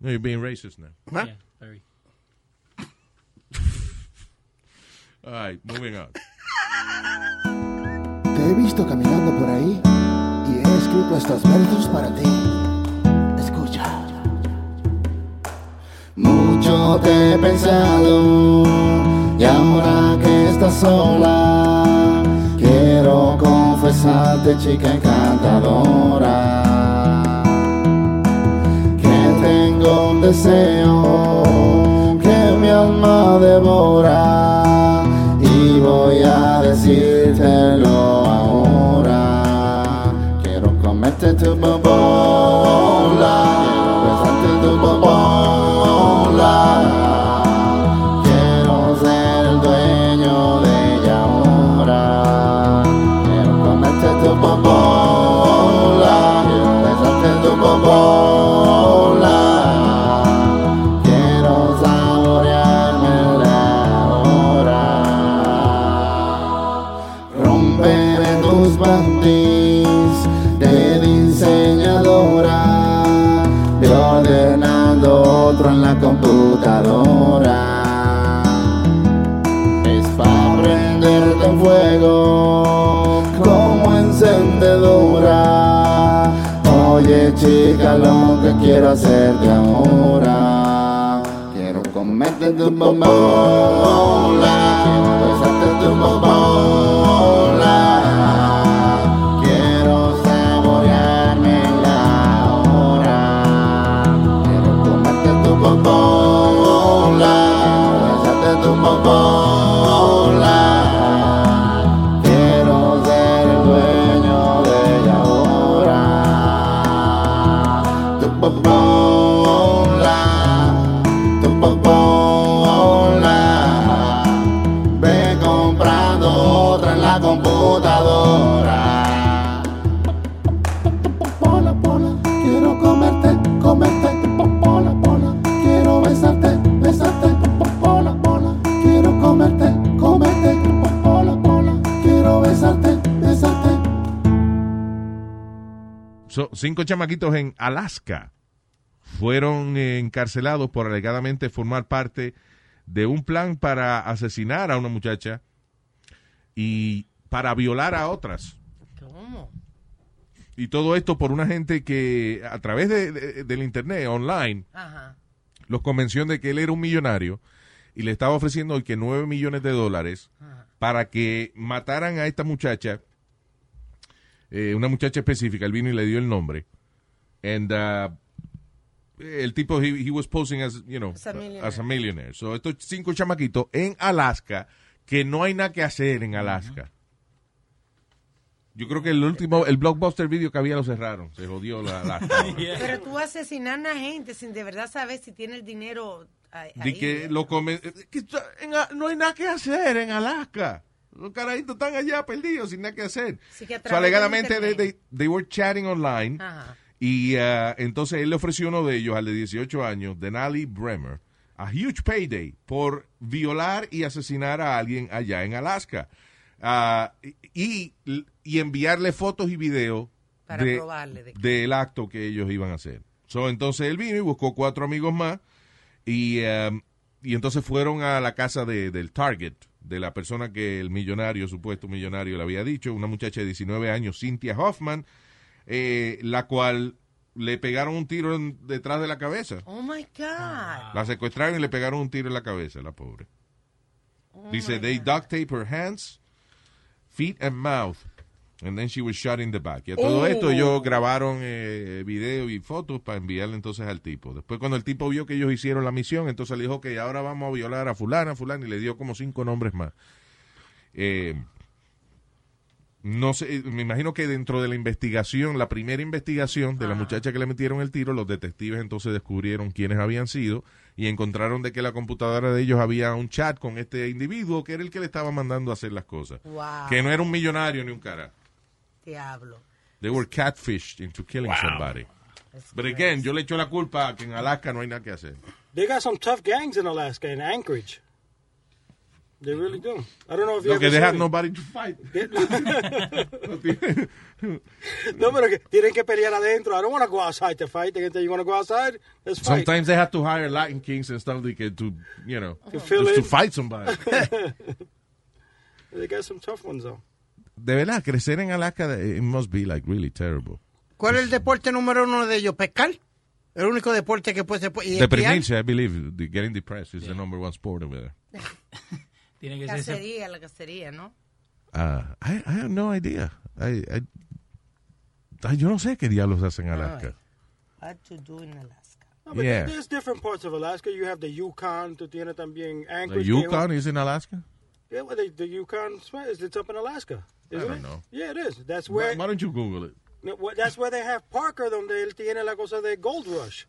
S3: No, you're being racist now.
S4: Huh?
S3: All right, moving on.
S14: Te he visto caminando por ahí y he escrito estos versos para ti. Escucha. Mucho te he pensado y ahora que estás sola, quiero confesarte, chica encantadora, que tengo un deseo que mi alma devora y voy a decírtelo ahora. Quiero comerte tu bobola, quiero besarte tu bobola. Quiero ser el dueño de ella ahora. Quiero comerte tu bobola, quiero besarte tu bobola. Quiero saborearme ahora. Romperé tus bandis de diseñadora, de ordenando otro en la computadora. Es para prenderte en fuego como encendedora. Oye chica, lo que quiero hacerte ahora. Quiero comerte tu bobola, quiero besarte tu bobola. Quiero saborearme la hora. Quiero comerte tu bobola, quiero besarte tu bobola. Quiero ser el dueño de ella ahora. Tu bobola, tu bobola. Ve comprando otra en la computadora. Pola, pola, quiero comerte, comerte. Pola, pola, quiero besarte, besarte. Pola, pola, quiero comerte, comerte. Pola, pola, quiero besarte, besarte.
S3: So, cinco chamaquitos en Alaska fueron eh, encarcelados por alegadamente formar parte de un plan para asesinar a una muchacha y para violar a otras.
S8: ¿Cómo?
S3: Y todo esto por una gente que a través de- de- del internet, online,
S8: Ajá.
S3: los convenció de que él era un millonario y le estaba ofreciendo que 9 millones de dólares para que mataran a esta muchacha, eh, una muchacha específica, él vino y le dio el nombre. And, uh, el tipo, he, he was posing as, you know,
S8: As a millionaire.
S3: as a millionaire. So, estos cinco chamaquitos en Alaska, que no hay nada que hacer en Alaska. Yo creo que el último, el blockbuster video que había lo cerraron. Se jodió la Alaska.
S8: Pero tú asesinar a una gente sin de verdad saber si tiene el dinero. ahí-
S3: De que lo come, eh, que to- en A- no hay nada que hacer en Alaska. Los carajitos están allá perdidos sin nada que hacer.
S8: Así que a
S3: So,
S8: través
S3: alegadamente,
S8: del
S3: they,
S8: internet.
S3: they, they were chatting online.
S8: Ajá.
S3: Y ah, entonces él le ofreció uno de ellos, al de 18 años, Denali Bremer, a huge payday por violar y asesinar a alguien allá en Alaska. Ah, y, y enviarle fotos y videos
S8: Para probarle de
S3: del acto que ellos iban a hacer. So, entonces él vino y buscó cuatro amigos más y, um, y entonces fueron a la casa de- del target, de la persona que el millonario, supuesto millonario, le había dicho, una muchacha de 19 años, Cynthia Hoffman, eh, la cual le pegaron un tiro en- detrás de la cabeza.
S8: Oh my God.
S3: La secuestraron y le pegaron un tiro en la cabeza, la pobre.
S8: Oh
S3: Dice, they duct tape her hands, feet and mouth. And then she was shot in the back. Y a todo
S17: Oh.
S3: esto ellos grabaron eh, video y fotos para enviarle entonces al tipo. Después cuando el tipo vio que ellos hicieron la misión, entonces le dijo que ahora vamos a violar a fulana, a fulana, y le dio como cinco nombres más. Eh, no sé, me imagino que dentro de la investigación, la primera investigación de la muchacha que le metieron el tiro, los detectives entonces descubrieron quiénes habían sido y encontraron de que la computadora de ellos había un chat con este individuo que era el que le estaba mandando a hacer las cosas.
S8: Wow.
S3: Que no era un millonario ni un cara.
S8: Oh Diablo.
S3: They were catfished into killing somebody. But again, yo le echo la culpa a que en Alaska no hay nada que hacer.
S9: They got some tough gangs in Alaska and Anchorage. They really do. I don't know if you
S3: Lo que
S9: ever
S3: deja
S9: seen it.
S3: nobody to fight.
S9: no, pero que tienen que pelear adentro. I don't want to go outside to fight. They can tell you want to go outside. Let's fight.
S3: Sometimes they have to hire Latin kings and stuff like that to, you know,
S9: To
S3: just
S9: fill
S3: to
S9: in.
S3: fight somebody.
S9: they got some tough ones though.
S3: De verdad, crecer en Alaska, it must be like really terrible.
S4: ¿Cuál es el deporte número uno de ellos? Pescar. El único deporte que puede ser. y esquiar.
S3: Deprimirse, I believe. the- getting depressed is the number one sport over there.
S7: Tiene que ser ese-
S8: Cacería, la cacería, ¿no?
S3: Uh, I, I have no idea. I, I, ay, yo no sé qué diablos hacen en Alaska.
S8: What to do in Alaska.
S9: No, but
S3: Yeah.
S9: there's different parts of Alaska. You have the Yukon. Tú tienes también
S3: The
S9: Anchorage.
S3: Yukon is in Alaska?
S9: Yeah, well, the, the Yukon is it's up in Alaska.
S3: I
S9: Isn't
S3: don't
S9: it?
S3: know.
S9: Yeah, it is. That's
S3: Why,
S9: where
S3: why don't you Google it?
S9: No, well, That's where they have Parker, donde él tiene la cosa de Gold Rush,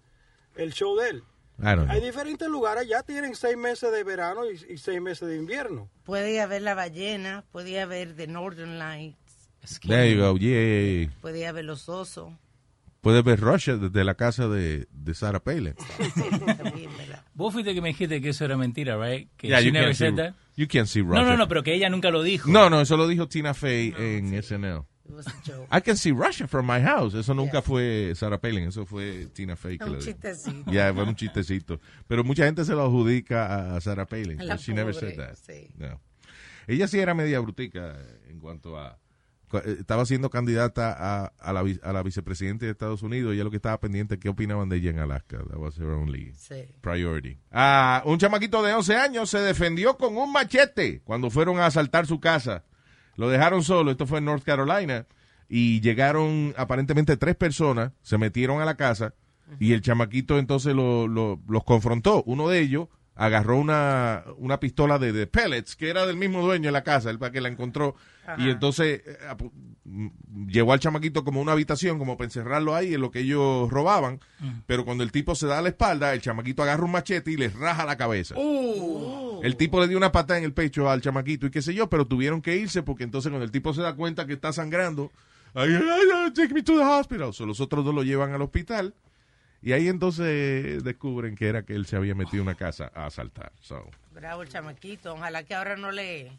S9: el show de él.
S3: I don't know.
S9: Hay diferentes lugares, ya tienen seis meses de verano y, y seis meses de invierno.
S8: Puede haber la ballena, puede haber The Northern Lights,
S3: There you go. Yay.
S8: puede haber los osos.
S3: Puedes ver Russia desde la casa de, de Sarah Palin.
S7: Vos fuiste que me dijiste que eso era mentira, right? Que
S3: Yeah,
S7: she
S3: you
S7: never
S3: can't see-
S7: said that.
S3: you can't see
S7: No, no,
S3: Russia.
S7: no, pero que ella nunca lo dijo.
S3: No, no, eso lo dijo Tina Fey en SNL. I can see Russia from my house. Eso nunca fue Sarah Palin, eso fue Tina Fey. que
S8: Un
S3: lo dijo.
S8: chistecito.
S3: Ya, fue un chistecito. Pero mucha gente se lo adjudica a- a Sarah Palin.
S8: A la
S3: She never
S8: pobre,
S3: said that.
S8: sí.
S3: No. Ella sí era media brutica eh, en cuanto a... cu- eh, Estaba siendo candidata a, a la, vi- a la vicepresidenta de Estados Unidos. Ella lo que estaba pendiente, ¿qué opinaban de ella en Alaska? That was her only
S8: Sí.
S3: priority. Ah, un chamaquito de 11 años se defendió con un machete cuando fueron a asaltar su casa. Lo dejaron solo, esto fue en North Carolina, y llegaron aparentemente tres personas, se metieron a la casa y el chamaquito entonces lo- lo- los confrontó. Uno de ellos agarró una, una pistola de, de pellets, que era del mismo dueño de la casa, el pa- que la encontró, y entonces eh, apu- mm, llevó al chamaquito como a una habitación, como para encerrarlo ahí en lo que ellos robaban, pero cuando el tipo se da la espalda, el chamaquito agarra un machete y les raja la cabeza.
S11: Uh.
S3: El tipo le dio una patada en el pecho al chamaquito y qué sé yo, pero tuvieron que irse porque entonces cuando el tipo se da cuenta que está sangrando, ay, ay, ay, take me to the hospital. So, los otros dos lo llevan al hospital y ahí entonces descubren que era que él se había metido en una casa a asaltar. So,
S8: Bravo el chamaquito, ojalá que ahora no le...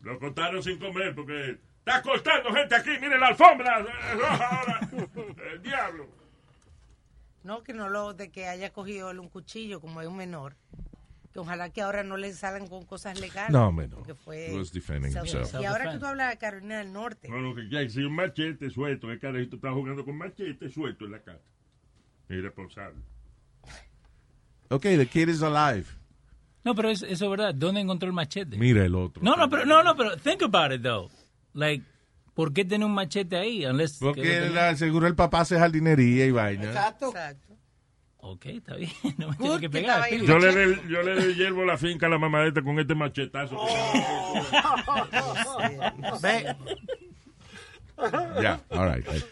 S10: Lo cortaron sin comer porque está cortando gente aquí. Mire la alfombra eh, roja ahora. El diablo.
S8: No, que no lo... de que haya cogido él un cuchillo como es un menor. Que ojalá que ahora no le salgan con cosas legales.
S10: No, hombre, no.
S8: porque fue-
S10: He was defending
S8: Self-
S10: himself.
S8: Y ahora que tú hablas de Carolina del Norte,
S10: No, lo que hay, si un machete suelto, el carajito está jugando con machete suelto en la casa. Irresponsable.
S3: okay, the kid is alive.
S7: No, pero es- eso es verdad. ¿Dónde encontró el machete?
S3: Mira el otro.
S7: No, no, pero no, no, pero think about it though. Like, ¿por qué tiene un machete ahí? Unless
S3: Porque la- seguro el papá hace jardinería y vaina.
S4: Exacto.
S7: Ok, está bien. No me tiene que
S10: Yo
S7: pegar. pibe.
S10: le, de- yo le hiervo la finca a la mamadeta con este machetazo.
S13: Oh.
S4: Ve.
S3: Ya, all right. eh.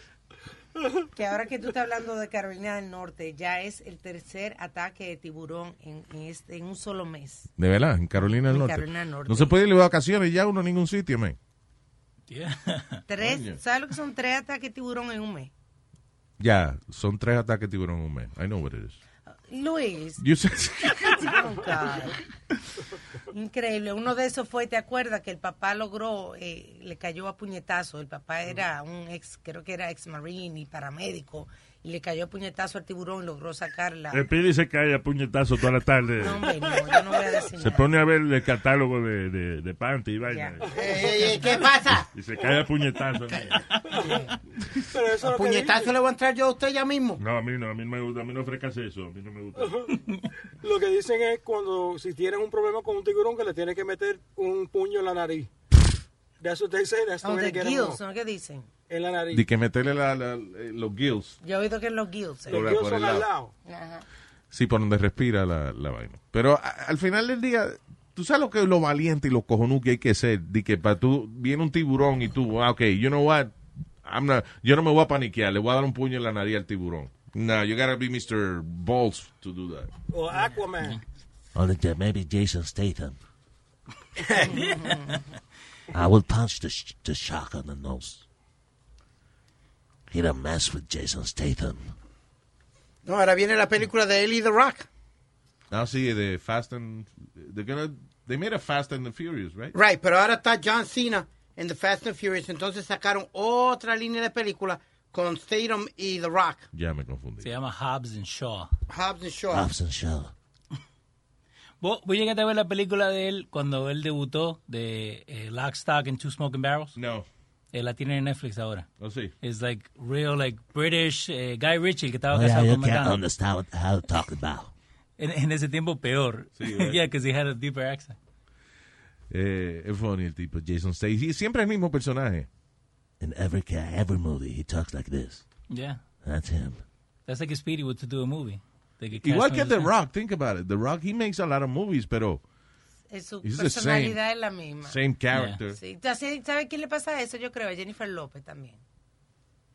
S8: que ahora que tú estás hablando de Carolina del Norte, ya es el tercer ataque de tiburón en, en este, en un solo mes.
S3: De verdad, en Carolina del
S8: En
S3: Norte.
S8: Carolina del Norte.
S3: No se puede ir de vacaciones ya uno a ningún sitio, man.
S8: Tres,
S3: Coño.
S8: ¿Sabes lo que son tres ataques de tiburón en un mes?
S3: Ya, son tres ataques tiburón en un mes. I know what it is.
S8: Luis.
S3: You said-
S8: Oh, God. Increíble. Uno de esos fue, ¿te acuerdas? Que el papá logró, eh, le cayó a puñetazo. El papá era un ex, creo que era ex marine y paramédico. Y le cayó a puñetazo al tiburón y logró sacarla.
S10: El pidi se cae a puñetazo toda la tarde.
S8: No, hombre, no, yo no voy a decir
S10: Se pone a ver el catálogo de, de, de panty y vaina.
S4: Eh, ¿Qué pasa?
S10: Y se cae a puñetazo.
S9: Pero eso
S4: A puñetazo le voy a entrar yo a usted ya mismo.
S10: No, a mí no, a mí no me gusta, a mí no ofrezcas eso, a mí no me gusta.
S9: Lo que dicen es cuando si tienes un problema con un tiburón que le tienes que meter un puño en la nariz. That's what they say. That's the
S8: Oh,
S9: way
S8: the
S9: they get 'em
S8: gills,
S9: off.
S8: ¿no? ¿Qué dicen?
S9: En la nariz.
S3: De que meterle la- la- eh, los gills.
S8: Yo he oído que los gills.
S3: Los Por- gills por el son al lado.
S8: Ajá.
S3: Sí, por donde respira la, la vaina. Pero a- al final del día, Tú sabes lo que es lo valiente y lo cojonú que hay que ser. De que para tú viene un tiburón y tú, ah, ok, you know what? I'm not- yo no me voy a paniquear, le voy a dar un puño en la nariz al tiburón. No, you gotta be Mr. Balls to do that.
S9: O Aquaman.
S17: Only that maybe Jason Statham. I will punch the, sh- the shark on the nose. He don't mess with Jason Statham.
S4: No, ahora viene la película de Ellie The Rock.
S3: Ah, sí, de Fast and... They're gonna, they made a Fast and the Furious, right?
S4: Right, pero ahora está John Cena en The Fast and Furious. Entonces sacaron otra línea de película con Statham y The Rock.
S3: Ya me confundí.
S7: Se llama Hobbs and Shaw.
S4: Hobbs and Shaw.
S7: ¿Vos, vos llegaste a ver la película de él cuando él debutó de eh, Lock, Stock and Two Smoking Barrels? Eh,
S3: No.
S7: la tiene en Netflix ahora.
S3: Oh, sí.
S7: Es like real, like British, eh, Guy Ritchie, que estaba
S17: Oh, yeah,
S7: casado
S17: you
S7: con
S17: can't
S7: McDonald's.
S17: understand what, how to talk about.
S7: En, en ese tiempo peor.
S3: Sí, eh.
S7: yeah,
S3: right.
S7: because he had a deeper accent.
S3: Eh, es funny el tipo, Jason Statham. Y Siempre el mismo personaje.
S17: In every ca- every movie, he talks like this.
S7: Yeah.
S17: That's him.
S7: That's like if Speedy would to do a movie. They could cast
S3: Igual
S7: him
S3: que
S7: as
S3: The
S7: a-
S3: Rock, think about it. The Rock, he makes a lot of movies, pero...
S8: Eh, Su
S3: He's the same-
S8: personalidad es la misma.
S3: same character.
S8: Sí, así, ¿Sabe quién le pasa eso? Yo creo a Jennifer López también.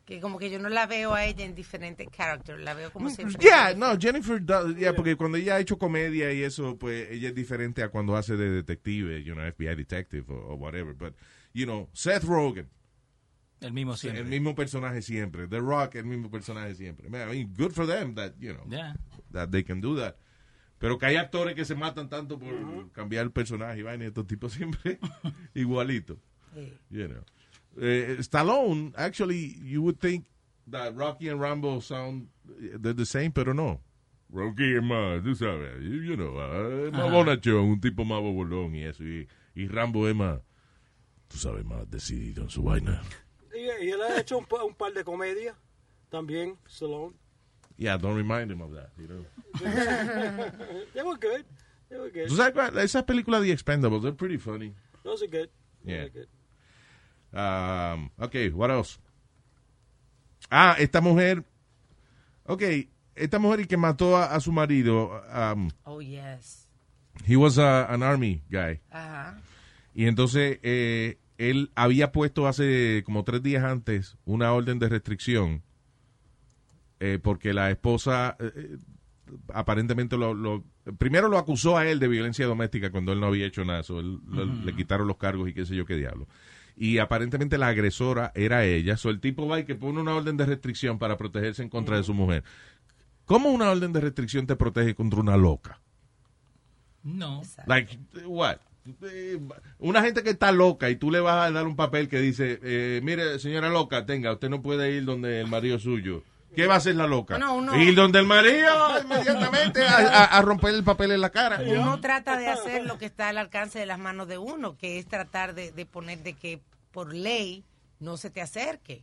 S8: Que como que yo no la veo a ella en diferentes characters. La veo
S3: Mm,
S8: como siempre.
S3: Yeah, no, Jennifer does- yeah, porque cuando ella ha hecho comedia y eso, pues ella es diferente a cuando hace de detective, you know, FBI detective o whatever, but you know, Seth Rogen,
S7: El mismo siempre.
S3: el mismo personaje siempre, The Rock, el mismo personaje siempre. Man, I mean, good for them that, you know,
S7: Yeah.
S3: that they can do that. Pero que hay actores que se matan tanto por cambiar el personaje y vaina, y estos tipos siempre igualito.
S8: Sí.
S3: You know. Eh, Stallone, actually, you would think that Rocky and Rambo sound eh, they're the same, pero no. Rocky es más, tú sabes, you you know, ah, es más
S18: Ajá.
S3: bonachón, un tipo más bobolón y eso. Y, y Rambo es más, tú sabes, más decidido en su vaina.
S9: Y, y él ha hecho un, pa- un par de comedias también, Stallone.
S3: Yeah, don't remind him of that, you know.
S9: They were good. They were good.
S3: Tú sabes, cuál? esas películas The Expendables, they're pretty funny.
S9: Those are good.
S3: Yeah.
S9: Those are good.
S3: Um, ok, what else? Ah, esta mujer. Ok, esta mujer y que mató a, a su marido. um,
S8: Oh, yes.
S3: he was a- an army guy.
S8: Ajá.
S3: Y entonces eh, él había puesto hace como tres días antes una orden de restricción eh, porque la esposa eh, eh, aparentemente lo, lo- primero lo acusó a él de violencia doméstica cuando él no había hecho nada, so él- lo-
S18: Ujú.
S3: le quitaron los cargos y qué sé yo qué diablo. Y aparentemente la agresora era ella, so el tipo va y que pone una orden de restricción para protegerse en contra de su mujer. ¿Cómo una orden de restricción te protege contra una loca?
S7: No.
S3: Like, what? Eh, Una gente que está loca y tú le vas a dar un papel que dice, eh, mire, señora loca, tenga, usted no puede ir donde el marido suyo. ¿Qué va a hacer la loca?
S8: No, uno-
S3: Ir donde el marido inmediatamente a, a- a romper el papel en la cara.
S8: Uno trata de hacer lo que está al alcance de las manos de uno, que es tratar de, de poner de que por ley no se te acerque.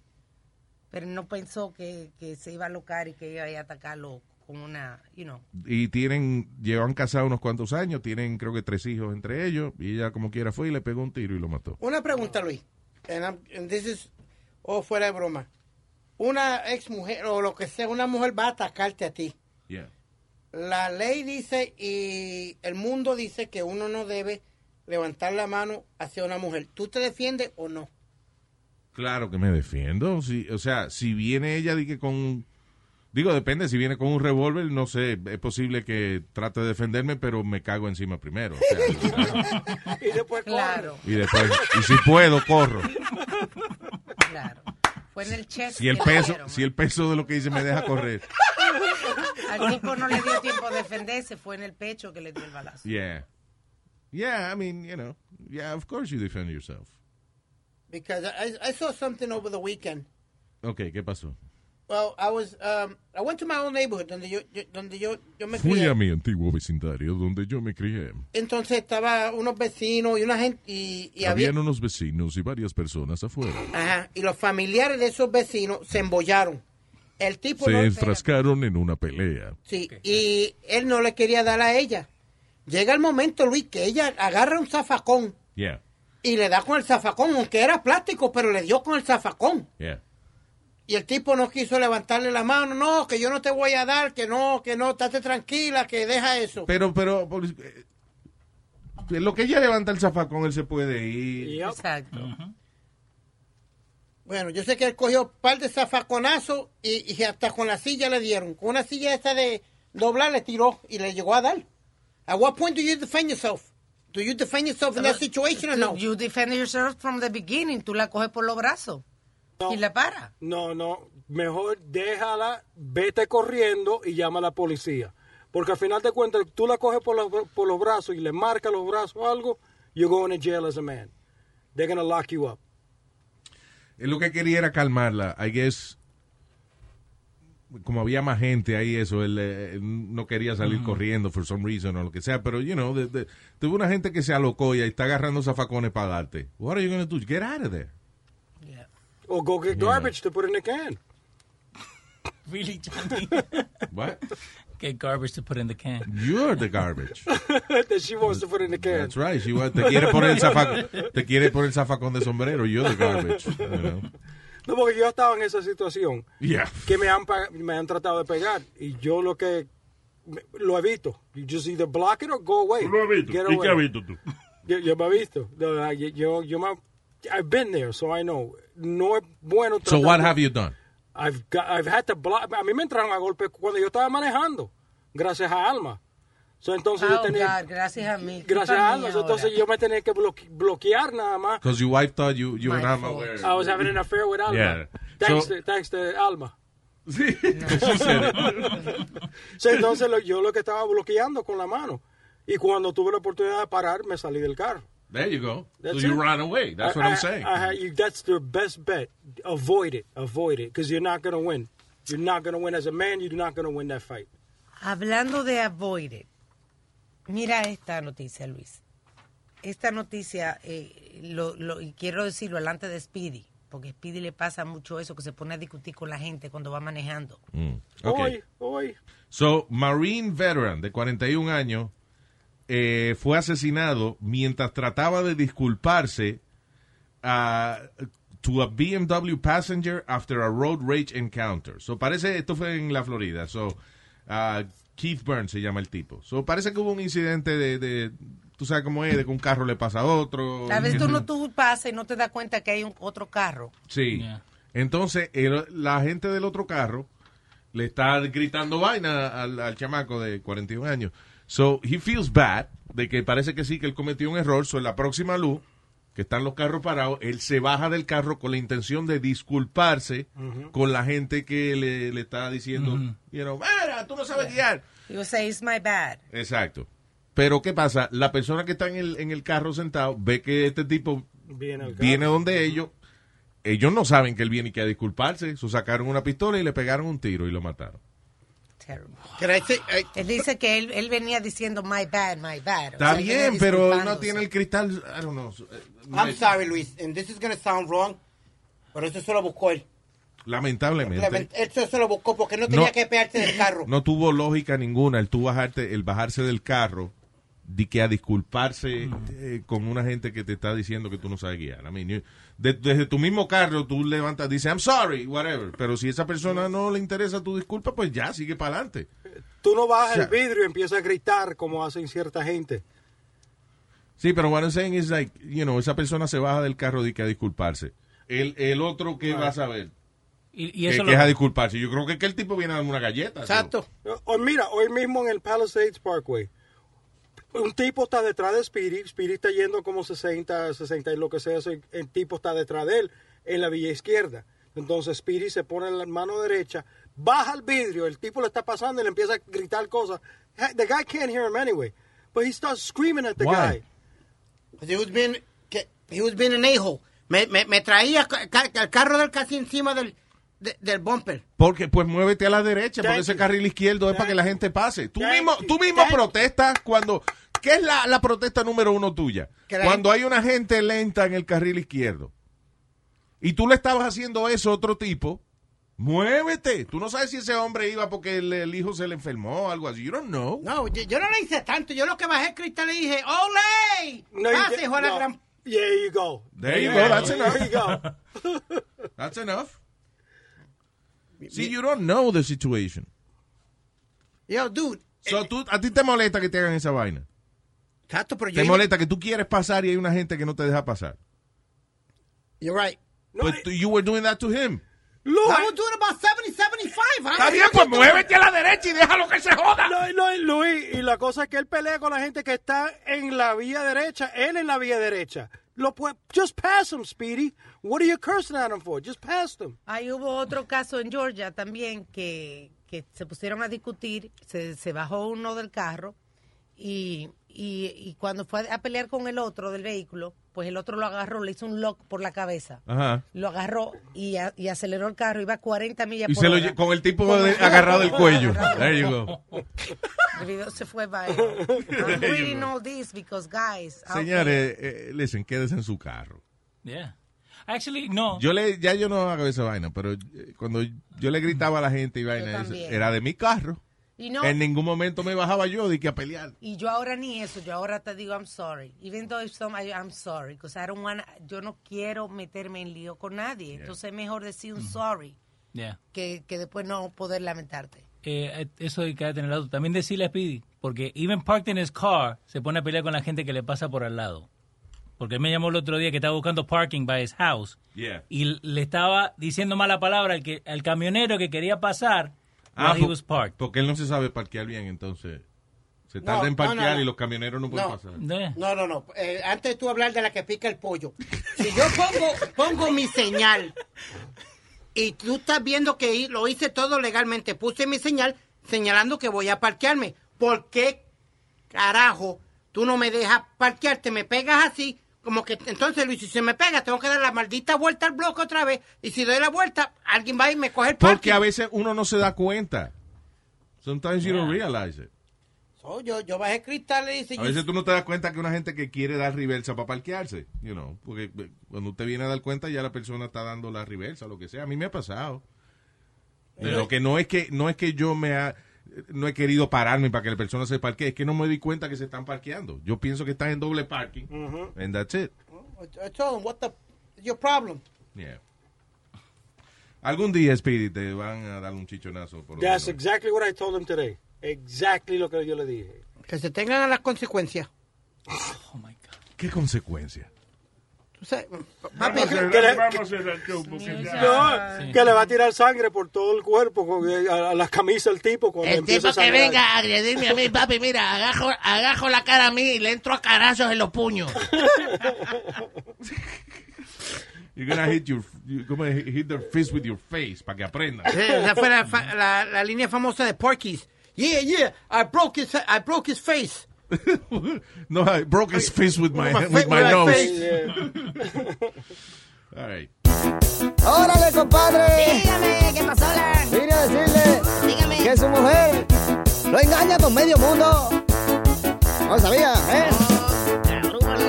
S8: Pero no pensó que, que se iba a locar y que iba a atacarlo con una, you know.
S3: Y tienen, llevan casados unos cuantos años, tienen creo que tres hijos entre ellos, y ella como quiera fue y le pegó un tiro y lo mató.
S4: Una pregunta, Luis. And I'm- and this is- oh, fuera de broma. Una ex mujer o lo que sea, una mujer va a atacarte a ti.
S3: Yeah.
S4: La ley dice y el mundo dice que uno no debe levantar la mano hacia una mujer. ¿Tú te defiendes o no?
S3: Claro que me defiendo. sí, o sea, si viene ella di que con... Digo, depende, si viene con un revólver, no sé, es posible que trate de defenderme, pero me cago encima primero. o sea,
S9: Y después
S8: Claro,
S3: y después, y si puedo, corro.
S8: claro. Fue en el chest.
S3: Si el
S8: que le
S3: peso,
S8: dieron.
S3: si el peso de lo que hice me deja correr.
S8: Al tipo no le dio tiempo de defenderse, fue en el pecho que le dio el balazo.
S3: Yeah. Yeah, I mean, you know, yeah, of course you defend yourself.
S4: Because I, I saw something over the weekend.
S3: Ok, ¿qué pasó?
S4: Well, I was um, I went to my old neighborhood donde yo, yo- donde yo, yo me
S18: Fui
S4: crié.
S18: a mi antiguo vecindario donde yo me crié.
S4: Entonces estaba unos vecinos y una gente y, y había
S18: Habían unos vecinos y varias personas afuera.
S4: Ajá, y los familiares de esos vecinos se embollaron. El tipo no-
S18: Se enfrascaron en una pelea.
S4: sí, y él no le quería dar a ella. Llega el momento, Luis, que ella agarra un zafacón
S3: Yeah,
S4: y le da con el zafacón, aunque era plástico, pero le dio con el zafacón.
S3: yeah.
S4: Y el tipo no quiso levantarle la mano, no, que yo no te voy a dar, que no, que no, estate tranquila, que deja eso.
S3: Pero, pero, por- eh, en lo que ella levanta el zafacón, él se puede ir.
S8: Exacto.
S4: Bueno, yo sé que él cogió un par de zafaconazos y, y hasta con la silla le dieron. Con una silla esa de doblar le tiró y le llegó a dar. At what point do you defend yourself? Do you defend yourself in that situation or no?
S8: You defend yourself from the beginning. Tú la coges por los brazos y la para.
S9: No, no, mejor déjala, vete corriendo y llama a la policía. Porque al final de cuentas, tú la coges por, los- por los brazos y le marcas los brazos o algo, you're going to jail as a man. They're going to lock you up.
S3: Él lo que quería era calmarla. I guess, como había más gente ahí, eso, él, eh, él no quería salir corriendo for some reason o lo que sea. Pero, you know, de- de- tuve una gente que se alocó y ahí está agarrando zafacones para darte. What are you going to do? Get out of there.
S9: Or go get garbage to put in the can.
S7: Really, Johnny?
S3: What?
S7: Get garbage to put in the can.
S3: You're the garbage.
S9: that she wants to put in the can.
S3: That's right. She was- te, quiere poner el zafacón, te quiere poner el zafacón de sombrero. You're the garbage. you know.
S9: No, porque yo estaba en esa situación
S3: Yeah.
S9: que me han, pa- me han tratado de pegar y yo lo que me- lo evito. You just either block it or go away.
S10: Lo has visto.
S9: Get
S10: ¿Y
S9: away.
S10: qué has visto tú?
S9: Yo, yo me he visto. No, no, yo, yo, yo me, I've been there, so I know. No es bueno.
S3: So
S9: tratar
S3: what
S9: de-
S3: have you done?
S9: I've, got- I've had to block. A mí me entraron a golpe cuando yo estaba manejando, gracias a Alma. So, entonces yo
S8: Oh,
S9: tenía,
S8: God, gracias a mí.
S9: gracias
S8: Culpa
S9: a Alma,
S8: mía
S9: so, entonces
S8: ahora.
S9: yo me tenía que bloque- bloquear nada más.
S3: Because your wife thought you, you and
S9: I
S3: Alma were...
S9: was having an affair with Alma.
S3: Yeah.
S9: Thanks,
S3: So-
S9: to, thanks to Alma.
S3: Sí, she said it.
S9: So, entonces lo- yo lo que estaba bloqueando con la mano. Y cuando tuve la oportunidad de parar, me salí del carro.
S3: There you go.
S9: That's
S3: so you
S9: it.
S3: ran away. That's
S9: I-
S3: what I'm
S9: I-
S3: saying.
S9: I- you- that's your best bet. Avoid it. Avoid it. Because you're not going to win. You're not going to win. As a man, you're not going to win that fight.
S8: Hablando de avoided, mira esta noticia, Luis. Esta noticia, eh, lo, lo- y quiero decirlo delante de Speedy, porque a Speedy le pasa mucho eso, que se pone a discutir con la gente cuando va manejando.
S3: Mm. Okay.
S9: Hoy,
S3: So, Marine veteran de 41 años eh, fue asesinado mientras trataba de disculparse a, to a BMW passenger after a road rage encounter. So, parece, esto fue en la Florida. So, ah, Keith Burns se llama el tipo. So, parece que hubo un incidente de, de- tú sabes cómo es, de que un carro le pasa a otro.
S8: A veces tú
S3: Ujú.
S8: no tú pasas y no te das cuenta que hay un, otro carro.
S3: Sí. Entonces, el- la gente del otro carro le está gritando vaina al, al chamaco de 41 años. So, he feels bad, de que parece que sí, que él cometió un error. So, en la próxima luz, que están los carros parados, él se baja del carro con la intención de disculparse
S8: Ujú.
S3: con la gente que le, le está diciendo, you know, "Ah". "Mira, tú no sabes guiar.
S8: You say, it's my bad.
S3: Exacto. Pero, ¿qué pasa? La persona que está en el, en el carro sentado ve que este tipo
S9: Viene al
S3: viene donde ellos. Ellos no saben que él viene y que a disculparse. So, sacaron una pistola y le pegaron un tiro y lo mataron.
S8: Terrible.
S4: I-
S8: Él dice que él, él venía diciendo, my bad, my bad. O
S3: Está
S8: sea, él venía
S3: bien, pero él no
S8: disculpándose.
S3: tiene el cristal. I don't know. eh,
S4: I'm
S3: eh,
S4: sorry, Luis, and this is going to sound wrong, pero eso se lo buscó él.
S3: Lamentablemente.
S4: Lament- Eso se lo buscó porque no
S3: No.
S4: tenía que pegarse del carro.
S3: No tuvo lógica ninguna el tú bajarte, el bajarse del carro de que a disculparse eh, con una gente que te está diciendo que tú no sabes guiar. I mean, you- de- desde tu mismo carro tú levantas, dices, I'm sorry, whatever. Pero si esa persona no le interesa tu disculpa, pues ya, sigue para adelante.
S9: Tú no bajas
S3: O sea-
S9: el vidrio y empiezas a gritar como hacen cierta gente.
S3: Sí, pero what I'm saying is like, you know, esa persona se baja del carro de que a disculparse. El, el otro que va a saber.
S7: Y, y
S3: que,
S7: eso
S3: que es
S7: lo-
S3: a disculparse. Yo creo que, que el tipo viene a darme una galleta.
S9: Exacto. Ah, Hoy, mira, hoy mismo en el Palisades Parkway, un tipo está detrás de Speedy. Speedy está yendo como 60, 60 y lo que sea. ese- El tipo está detrás de él en la vía izquierda. Entonces Speedy se pone en la mano derecha, baja el vidrio, el tipo le está pasando y le empieza a gritar cosas. Hey, The guy can't hear him anyway. But he starts screaming at the
S4: Why?
S9: guy.
S4: Pues, He was being, que- he was being an a-hole. Me, me, me traía ca- ca- el carro del casi encima del, de- del bumper.
S3: Porque, pues muévete a la derecha,
S4: Thank
S3: porque ese carril izquierdo es para que la gente pase. Tú
S4: Thank
S3: mismo,
S4: you.
S3: tú mismo protestas cuando. ¿Qué es la, la protesta número uno tuya?
S4: Que la
S3: Cuando hay una gente lenta en el carril izquierdo. Y tú le estabas haciendo eso a otro tipo. Muévete. Tú no sabes si ese hombre iba porque el, el hijo se le enfermó o algo así. You don't know.
S4: No, yo, yo no le hice tanto. Yo lo que bajé el cristal le dije, ¡Ole!
S9: No, you
S4: Pase,
S9: did-
S4: hijo de la
S9: no.
S4: gran...
S9: There you go.
S3: There you
S9: Yeah,
S3: go. That's enough.
S9: There you go.
S3: That's enough. See, you don't know the situation.
S4: Yo, dude. eh,
S3: So, tú, a ti te molesta que te hagan esa vaina.
S4: Tato, pero yo
S3: Te
S4: iba-
S3: molesta que tú quieres pasar y hay una gente que no te deja pasar.
S4: You're right. eh.
S3: But you were doing that to him.
S4: I was doing about 70, 75. I
S3: Está
S4: didn't
S3: bien,
S4: do
S3: pues
S4: that.
S3: muévete a la derecha y déjalo que se joda.
S9: No, no, Luis, y la cosa es que él pelea con la gente que está en la vía derecha, él en la vía derecha. Lo pue- just pass him, Speedy. What are you cursing at him for? Just pass them.
S8: Ahí hubo otro caso en Georgia también que, que se pusieron a discutir, se, se bajó uno del carro y, y- y cuando fue a pelear con el otro del vehículo, pues el otro lo agarró, le hizo un lock por la cabeza.
S3: Ajá.
S8: Lo agarró y, a- y aceleró el carro, iba a 40 millas
S3: Y
S8: por
S3: se lo
S8: hora.
S3: lle- con el tipo de- agarrado del cuello. There you go.
S8: El video se fue viral. I'm
S3: There you
S8: reading
S3: go.
S8: all this because guys,
S4: Ah,
S8: out
S3: Señores, eh, listen, quédese en su carro.
S7: Yeah. Actually, no.
S3: Yo le, ya yo no hago esa vaina, pero eh, cuando yo le gritaba a la gente y vaina, eso,
S8: también.
S3: era de mi carro.
S8: Y no-
S3: En ningún momento me bajaba yo de que a pelear.
S8: Y yo ahora ni eso, yo ahora te digo I'm sorry. Even though if some, I- I'm sorry, because I don't wanna- yo no quiero meterme en lío con nadie. Entonces es mejor decir un sorry
S7: Yeah.
S8: que, que después no poder lamentarte.
S7: Eh, eso de quedarte en el auto. También decirle a Speedy, porque even parked in his car, se pone a pelear con la gente que le pasa por al lado. Porque él me llamó el otro día que estaba buscando parking by his house.
S3: Yeah.
S7: Y le estaba diciendo mala palabra al, que, al camionero que quería pasar
S3: Ah,
S7: while he
S3: po-
S7: was parked.
S3: porque él no se sabe parquear bien, entonces se
S4: No,
S3: tarda
S4: no,
S3: en
S4: no,
S3: parquear
S4: no.
S3: y los camioneros no pueden
S4: No.
S3: pasar.
S4: No, no, no. Eh, antes de tú hablar de la que pica el pollo. Si yo pongo, pongo mi señal y tú estás viendo que hi- lo hice todo legalmente, puse mi señal señalando que voy a parquearme. ¿Por qué carajo tú no me dejas parquearte? Me pegas así. Como que entonces, Luis, si se me pega, tengo que dar la maldita vuelta al bloque otra vez. Y si doy la vuelta, alguien va y me coge el
S3: Porque
S4: parque.
S3: a veces uno no se da cuenta. Sometimes you don't realize it.
S4: So, yo, yo bajé cristal y dice,
S3: A veces tú no te das cuenta que una gente que quiere dar reversa para parquearse, you know, porque eh, cuando usted viene a dar cuenta ya la persona está dando la reversa, lo que sea. A mí me ha pasado. De lo que no es que no es que yo me ha- no he querido pararme para que la persona se parquee, es que no me di cuenta que se están parqueando. Yo pienso que están en doble parking.
S4: Ujú.
S3: And that's it.
S4: I told him, what the, your problem?
S3: Yeah. Algún día, Speedy, te van a dar un chichonazo por lo menos.
S9: That's exactly what I told him today. Exactly lo que yo le dije.
S4: Que se tengan a las consecuencias.
S3: ¿Qué consecuencia?
S4: Tú sabes,
S9: Vamos
S4: papi,
S9: a cerrar,
S4: que le-
S9: vamos
S4: que-
S9: No, que le va a tirar sangre por todo el cuerpo, con, eh, a, a las camisas del tipo cuando
S19: El
S9: empieza
S19: tipo
S9: a
S19: que
S9: sangrar.
S19: venga a agredirme a mí, papi, mira, agajo, agajo la cara a mí y le entro a carazos en los puños.
S3: You're gonna hit your, you're gonna hit their fist with your face para que aprendan.
S4: Sí, eh, Esa fue la, fa- la- la línea famosa de Porky's. Yeah, yeah, I broke his, I broke his face.
S3: No, I broke his fist with my,
S4: With my
S3: with my
S4: fa-
S3: nose.
S4: with
S3: All right.
S20: ¡Órale, compadre!
S12: Dígame, ¿qué pasó, la?
S20: Vine a decirle que su mujer lo engaña con medio mundo. No lo sabía, ¿eh?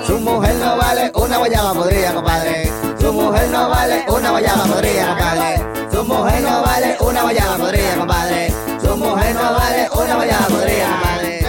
S20: Su mujer no vale una guayaba podrida, compadre. Su mujer no vale una guayaba podrida, compadre. Su mujer no vale una guayaba podrida, compadre. Su mujer no vale una guayaba podrida, compadre.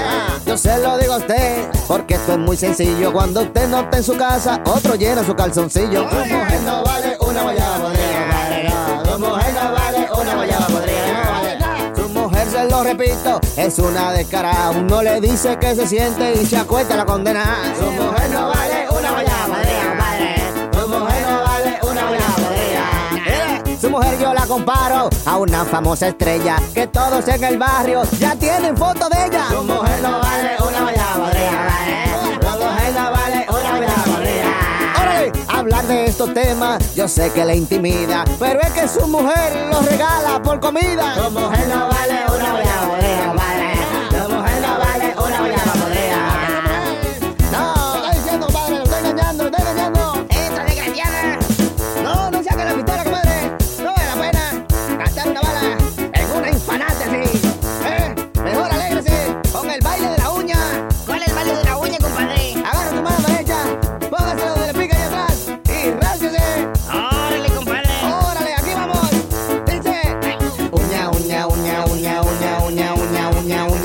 S20: Yo se lo digo a usted, porque esto es muy sencillo. Cuando usted no está en su casa, otro llena su calzoncillo. Su mujer no vale una guayaba podrida, compadre. No, Su mujer no vale una guayaba podrida, compadre. Su mujer, se lo repito, es una descarada. Uno le dice que se siente y se acuesta la condena. Su mujer no vale una guayaba podrida, compadre. Su mujer no vale una guayaba podrida. Eh, Su mujer yo la comparo a una famosa estrella que todos en el barrio ya tienen foto de ella. Su mujer no vale una guayaba podrida, compadre. Su mujer no vale una guayaba podrida. Órale, hablar de estos temas yo sé que le intimida, pero es que su mujer lo regala por comida. Su mujer no vale una guayaba podrida, compadre. Su mujer no vale una guayaba podrida. No, está diciendo, compadre, lo está engañando, lo está engañando. Entra desgraciada. No, no saque la pistola, compadre. No vale la pena gastar una bala en una infanata así. ¿Eh? Mejor alégrese con el baile de la uña. ¿Cuál es el baile de la uña, compadre? Agarra tu mano derecha, póngase donde le pica ahí atrás y ráciese. Órale, compadre. Órale, aquí vamos. Dice. Uña, uña, uña, uña, uña, uña, uña, uña,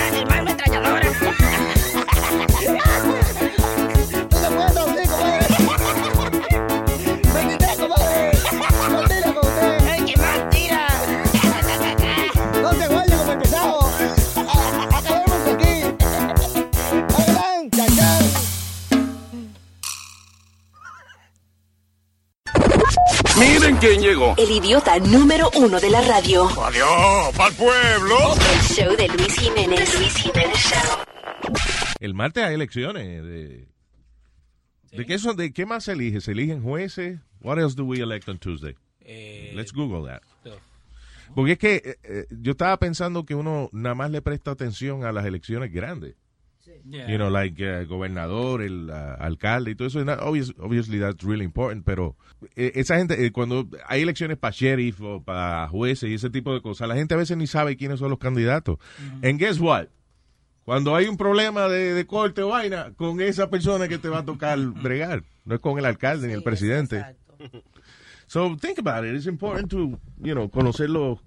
S1: quién llegó.
S2: El idiota número uno de la radio.
S1: Adiós, pa'l pueblo.
S2: El show de Luis Jiménez. Luis Jiménez Show.
S3: El martes hay elecciones. ¿De, ¿de qué, son, ¿De qué más se elige? ¿Se eligen jueces? What else do we elect on Tuesday? Let's Google that. Porque es que eh, eh, yo estaba pensando que uno nada más le presta atención a las elecciones grandes.
S7: Yeah.
S3: You know, like eh, gobernador, el ah, alcalde y todo eso. And that- obvious- obviously, that's really important, pero eh, esa gente, eh, cuando hay elecciones para sheriff o para jueces y ese tipo de cosas, la gente a veces ni sabe quiénes son los candidatos. And guess what? Cuando hay un problema de, de corte o vaina, con esa persona que te va a tocar bregar, no es con el alcalde ni el presidente. So think about it. It's important to, you know, conocer los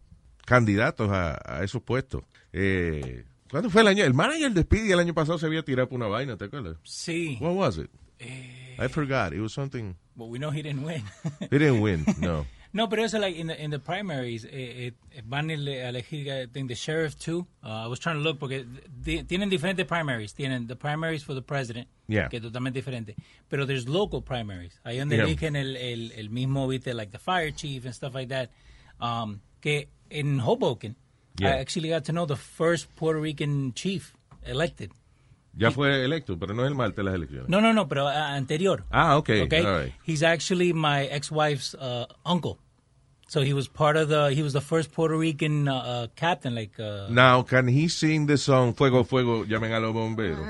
S3: candidatos a, a esos puestos. Eh, ¿Cuándo fue el año? El manager de Speedy el año pasado se había tirado por una vaina, ¿te acuerdas?
S7: Sí.
S3: What was it? I forgot. It was something.
S7: But we know he didn't win.
S3: He didn't win. No.
S7: No, pero eso, like, in the, in the primaries, eh, eh, van a ele- a elegir, eh, I think, the sheriff, too. Uh, I was trying to look, porque di- tienen diferentes primaries. Tienen the primaries for the president,
S13: Yeah.
S7: que es totalmente diferente. Pero there's local primaries. Ahí donde
S13: Yeah.
S7: eligen el, el, el mismo, viste, like the fire chief and stuff like that. Um, que en Hoboken,
S3: Yeah.
S7: I actually got to know the first Puerto Rican chief elected.
S3: Ya fue electo, pero no es el martes las elecciones.
S7: No, no, no, pero ah, anterior.
S3: Ah, okay,
S7: Okay.
S3: all right.
S7: He's actually my ex-wife's uh, uncle. So he was part of the he was the first Puerto Rican uh, uh, captain like uh,
S3: Now, can he sing the song Fuego, Fuego, llamen a los bomberos?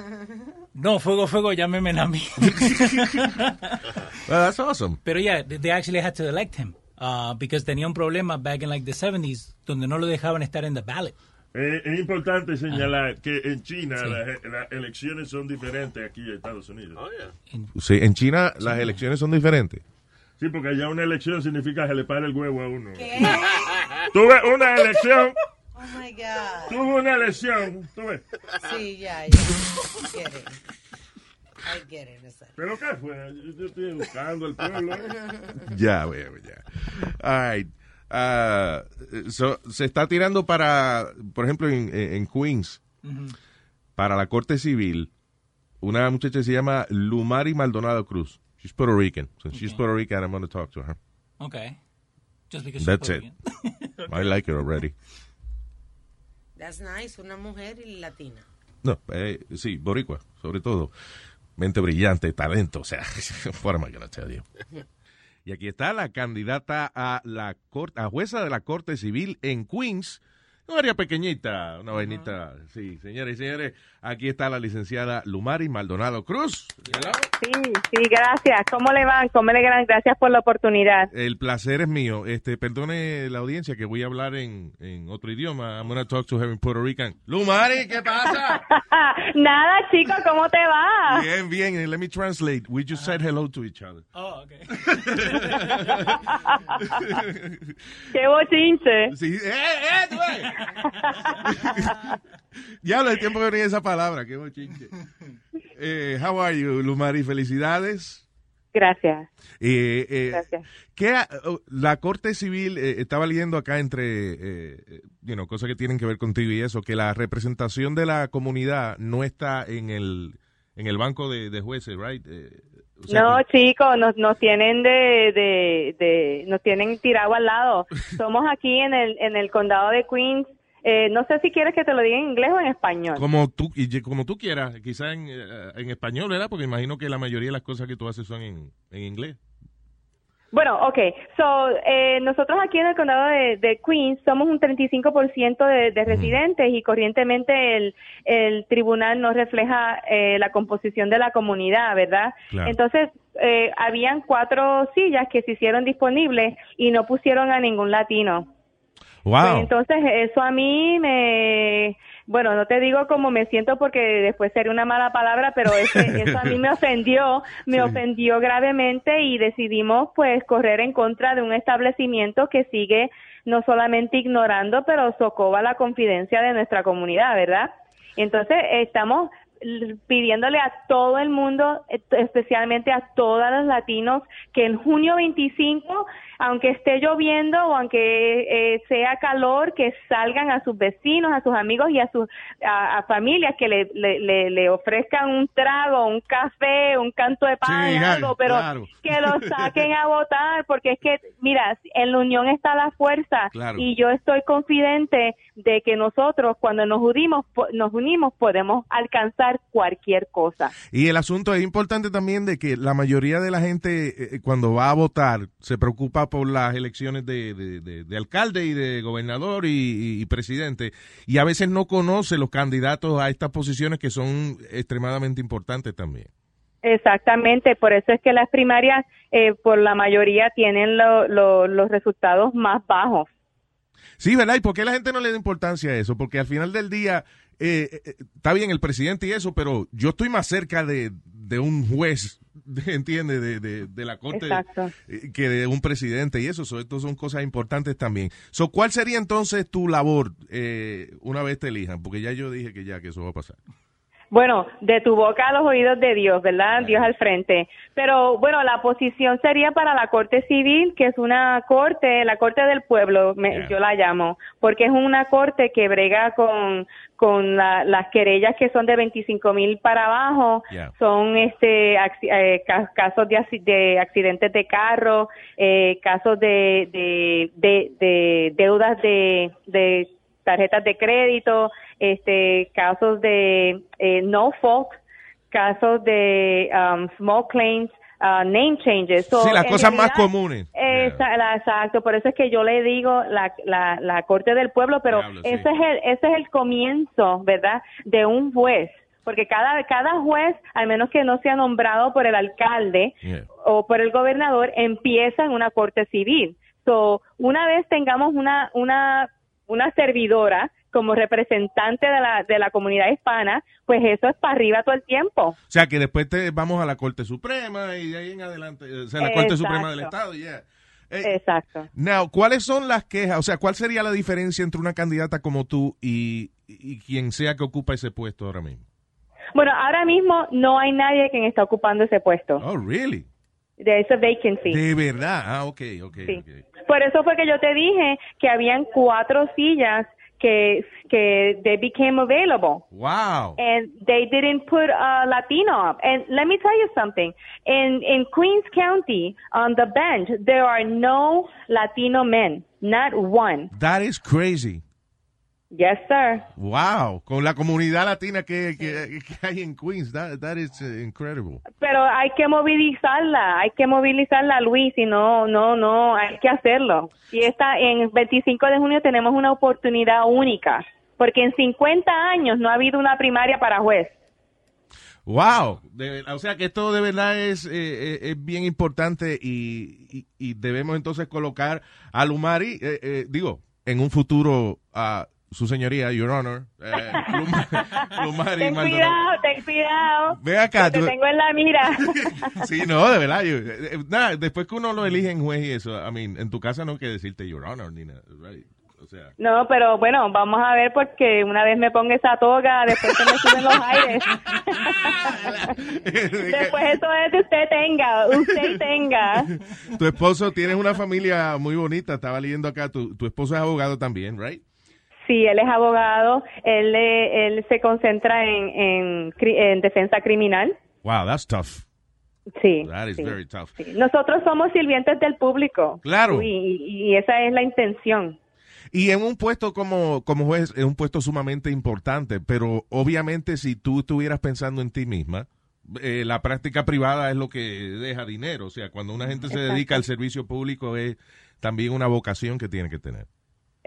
S7: no, fuego fuego, llámeme a mí.
S3: Well, that's awesome.
S7: Pero yeah, they they actually had to elect him uh, because tenía un problema back in like the 70s donde no lo dejaban estar en the ballot.
S10: Eh, es importante señalar que en China
S7: Sí.
S10: las, las elecciones son diferentes aquí en Estados Unidos.
S3: Sí, en China las elecciones son diferentes.
S10: Sí, porque allá una elección significa que le para el huevo a uno. Tuve una elección,
S8: Oh my God.
S10: tuve una elección, tuve.
S8: Sí, ya, ya. I get it. I get it. it's like-
S10: ¿Pero qué fue? Yo, yo estoy buscando al pueblo.
S3: Ya, veo, ya. All right. Ah, so, se está tirando para, por ejemplo, en, en Queens, para la Corte Civil, una muchacha se llama Lumari Maldonado Cruz. She's Puerto Rican. So she's Puerto Rican. I'm going to talk to her.
S7: Okay. Just because she's
S3: That's
S7: Puerto
S3: it. I like her already.
S8: That's nice, una mujer y latina.
S3: No, eh, sí, boricua, sobre todo. Mente brillante, talento, o sea, what am I gonna tell you? Y aquí está la candidata a la corte, a jueza de la Corte Civil en Queens. Un área pequeñita, una vainita. Sí, señores y señores, aquí está la licenciada Lumari Maldonado Cruz.
S21: Sí, sí, gracias. ¿Cómo le van? ¿Cómo le van? Gracias por la oportunidad.
S3: El placer es mío. Este, perdone la audiencia que voy a hablar en, en otro idioma. I'm gonna talk to her in Puerto Rican. Lumari, ¿qué pasa?
S21: Nada, chicos, ¿cómo te va?
S3: Bien, bien. and Let me translate. We just said hello to each other.
S7: Oh, okay.
S21: Qué bochinche.
S3: Sí, eh, eh, Ya habla el tiempo que venía esa palabra, qué bochinche. Eh, how are you, Lumari? Felicidades.
S21: Gracias.
S3: Eh, eh,
S21: Gracias.
S3: ¿qué ha- oh, la Corte Civil eh, estaba leyendo acá entre eh, eh, you know, cosas que tienen que ver contigo y eso, que la representación de la comunidad no está en el en el banco de, de jueces, right? Eh, o sea
S21: No,
S3: que-
S21: chicos, nos, nos tienen de, de, de, nos tienen tirado al lado. Somos aquí en el, en el condado de Queens. Eh, no sé si quieres que te lo diga en inglés o en español.
S3: como tú y ye- como tú quieras, quizás en, eh, en español, ¿verdad? Porque imagino que la mayoría de las cosas que tú haces son en, en inglés.
S21: Bueno, ok. So, eh, nosotros aquí en el condado de, de Queens somos un 35% de, de residentes y corrientemente el, el tribunal no refleja eh, la composición de la comunidad, ¿verdad?
S22: Claro.
S21: Entonces, eh, habían cuatro sillas que se hicieron disponibles y no pusieron a ningún latino. Pues entonces, eso a mí me... Bueno, no te digo cómo me siento porque después sería una mala palabra, pero ese- eso a mí me ofendió, me
S23: Sí.
S21: ofendió gravemente y decidimos pues correr en contra de un establecimiento que sigue no solamente ignorando, pero socova la confidencia de nuestra comunidad, ¿verdad? Entonces, estamos l- pidiéndole a todo el mundo, et- especialmente a todos los latinos, que en junio 25, aunque esté lloviendo o aunque eh, sea calor, que salgan a sus vecinos, a sus amigos y a sus a, a familias, que le, le, le- le ofrezcan un trago, un café, un canto de pan,
S5: Sí,
S21: algo, pero
S5: claro.
S21: que lo saquen a votar, porque es que, mira, en la unión está la fuerza
S5: Claro.
S21: y yo estoy confidente de que nosotros cuando nos unimos, po- nos unimos podemos alcanzar cualquier cosa.
S3: Y el asunto es importante también de que la mayoría de la gente eh, cuando va a votar se preocupa por las elecciones de, de- de- de alcalde y de gobernador y, y- y presidente y a veces no conoce los candidatos a estas posiciones que son extremadamente importantes también.
S21: Exactamente, por eso es que las primarias eh, por la mayoría tienen lo- lo- los resultados más bajos.
S3: Sí, ¿verdad? ¿Y por qué la gente no le da importancia a eso? Porque al final del día, eh, eh, eh, está bien el presidente y eso, pero yo estoy más cerca de, de un juez, ¿entiendes? De, de- de la corte
S21: Exacto.
S3: eh, que de un presidente y eso. So, esto son cosas importantes también. So, ¿Cuál sería entonces tu labor eh, una vez te elijan? Porque ya yo dije que ya, que eso va a pasar.
S21: Bueno, de tu boca a los oídos de Dios, ¿verdad? Dios al frente. Pero bueno, la posición sería para la Corte Civil, que es una corte, la Corte del Pueblo, me- yo la llamo, porque es una corte que brega con, con la- las querellas que son de 25 mil para abajo,
S5: Yeah.
S21: son este acci- eh, ca- casos de, acci- de accidentes de carro, eh, casos de, de, de, de deudas de, de tarjetas de crédito, este casos de eh, no fault, casos de um, small claims, uh, name changes. So,
S3: sí, las
S21: en
S3: cosas más
S21: realidad,
S3: comunes.
S21: Esa- la- Exacto, por eso es que yo le digo la, la, la corte del pueblo, pero
S5: Diablo, sí.
S21: ese es el ese es el comienzo, ¿verdad? De un juez, porque cada cada juez, al menos que no sea nombrado por el alcalde o por el gobernador, empieza en una corte civil. So, una vez tengamos una una una servidora como representante de la de la comunidad hispana, pues eso es para arriba todo el tiempo.
S3: O sea, que después te vamos a la Corte Suprema y de ahí en adelante, eh, o sea, la Corte Suprema del Estado. Eh,
S21: Exacto.
S3: Now, ¿cuáles son las quejas? O sea, ¿cuál sería la diferencia entre una candidata como tú y, y quien sea que ocupa ese puesto ahora mismo?
S21: Bueno, ahora mismo no hay nadie quien está ocupando ese puesto.
S3: Oh, really?
S21: There's a vacancy.
S3: De verdad. Ah, ok, ok.
S21: Sí. Por eso fue que yo te dije que habían cuatro sillas que que they became available.
S3: Wow.
S21: And they didn't put a Latino up. And let me tell you something. In in Queens County, on the bench, there are no Latino men. Not one.
S3: That is crazy.
S21: Yes, sir.
S3: Wow. Con la comunidad latina que, que- que hay en Queens. That, that is eh, incredible.
S21: Pero hay que movilizarla, hay que movilizarla, Luis, y no, no, no, hay que hacerlo. Y esta, en 25 de junio tenemos una oportunidad única, porque en 50 años no ha habido una primaria para juez.
S3: Wow, De- o sea que esto de verdad es, eh, eh, es bien importante y, y- y debemos entonces colocar a Lumari, eh, eh, digo, en un futuro a su señoría, Your Honor, eh, Lum- Lumari
S21: ten
S3: Maldonado.
S21: cuidado, ten cuidado.
S3: Ve acá,
S21: que
S3: tú-
S21: te tengo en la mira.
S3: Sí, no, de verdad. yo- eh, eh, nada, después que uno lo elige en juez y eso, I mean, en tu casa no hay que decirte Your Honor ni nada, right? O sea,
S21: No, pero bueno, vamos a ver porque una vez me ponga esa toga, después se me suben los aires. después eso es de usted tenga, usted tenga.
S3: tu esposo, tienes una familia muy bonita, estaba leyendo acá, tu, tu esposo es abogado también, right?
S21: Sí, él es abogado, él, eh, él se concentra en, en, cri- en defensa criminal.
S3: Wow, that's tough.
S21: Sí.
S3: That is
S21: sí.
S3: very tough.
S21: Nosotros somos sirvientes del público.
S3: Claro.
S21: Y, y- y esa es la intención.
S3: Y en un puesto como, como juez, es un puesto sumamente importante, pero obviamente si tú estuvieras pensando en ti misma, eh, la práctica privada es lo que deja dinero. O sea, cuando una gente se
S21: Exacto.
S3: dedica al servicio público es también una vocación que tiene que tener.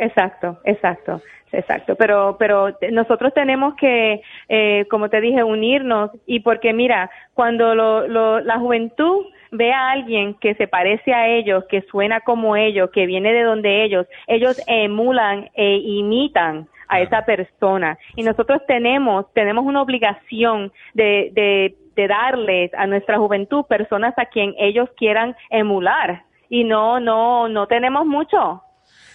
S21: Exacto, exacto, exacto. Pero, pero te- nosotros tenemos que, eh, como te dije, unirnos y porque mira, cuando lo- lo- la juventud ve a alguien que se parece a ellos, que suena como ellos, que viene de donde ellos, ellos emulan e imitan a esa persona y nosotros tenemos tenemos una obligación de, de, de darles a nuestra juventud personas a quien ellos quieran emular y no no no tenemos mucho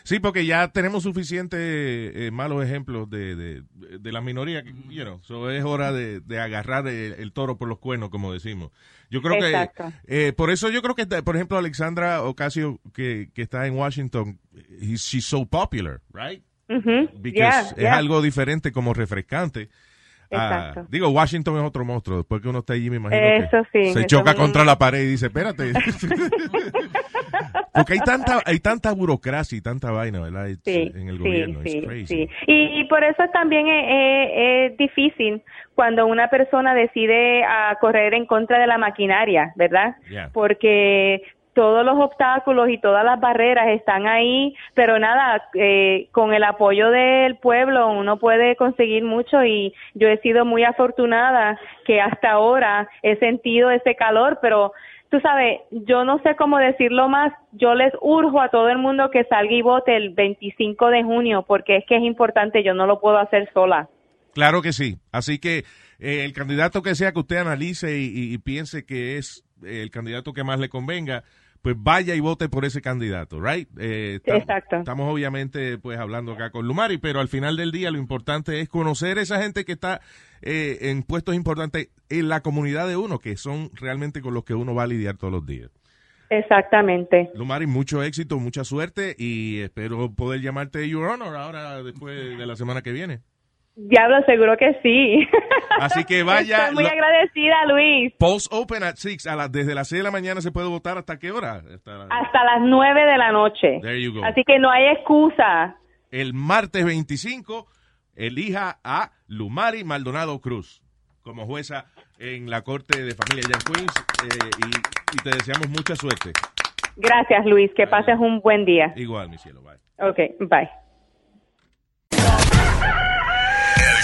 S3: Sí, porque ya tenemos suficientes eh, malos ejemplos de, de, de la minoría, que, you know, so es hora de, de agarrar el, el toro por los cuernos, como decimos. Yo creo
S5: Exacto.
S3: que, eh, por eso yo creo que, está- por ejemplo, Alexandra Ocasio, que, que está en Washington, he- she's so popular, right?
S5: Mhm.
S3: Because
S5: Yeah,
S3: es
S5: yeah.
S3: algo diferente como refrescante. Ah,
S5: Exacto.
S3: digo, Washington es otro monstruo. Después que uno está allí, me imagino
S5: Eso
S3: que
S5: sí,
S3: se
S5: eso
S3: choca
S5: es un-
S3: contra la pared y dice, espérate. Porque hay tanta, hay tanta burocracia y tanta vaina, ¿verdad? It's-
S21: Sí,
S3: en el
S21: sí,
S3: gobierno.
S21: sí,
S3: It's crazy.
S21: sí. Y, y por eso también es, es- es difícil cuando una persona decide ah, correr en contra de la maquinaria, ¿verdad?
S5: Yeah.
S21: Porque todos los obstáculos y todas las barreras están ahí, pero nada, eh, con el apoyo del pueblo uno puede conseguir mucho y yo he sido muy afortunada que hasta ahora he sentido ese calor, pero tú sabes, yo no sé cómo decirlo más, yo les urjo a todo el mundo que salga y vote el 25 de junio, porque es que es importante, yo no lo puedo hacer sola.
S3: Claro que sí. Así que eh, el candidato que sea que usted analice y, y- y piense que es eh, el candidato que más le convenga, pues vaya y vote por ese candidato, ¿right? Eh, tam-
S21: Exacto.
S3: Estamos obviamente pues hablando acá con Lumari, pero al final del día lo importante es conocer esa gente que está eh, en puestos importantes en la comunidad de uno, que son realmente con los que uno va a lidiar todos los días.
S21: Exactamente.
S3: Lumari, mucho éxito, mucha suerte y espero poder llamarte Your Honor ahora después de la semana que viene.
S21: Diablo, seguro que sí.
S3: Así que vaya.
S21: Estoy muy
S3: lo-
S21: agradecida, Luis.
S3: Post open at 6, a las desde las 6 de la mañana se puede votar hasta qué hora? Hasta la-
S21: Hasta las 9 de la noche.
S3: There you go.
S21: Así que no hay excusa.
S3: El martes 25 elija a Lumari Maldonado Cruz como jueza en la Corte de Familia Jan Queens eh, y, y te deseamos mucha suerte.
S21: Gracias, Luis. Que pases un buen día.
S3: Igual, mi cielo, bye.
S21: Ok, bye.
S6: El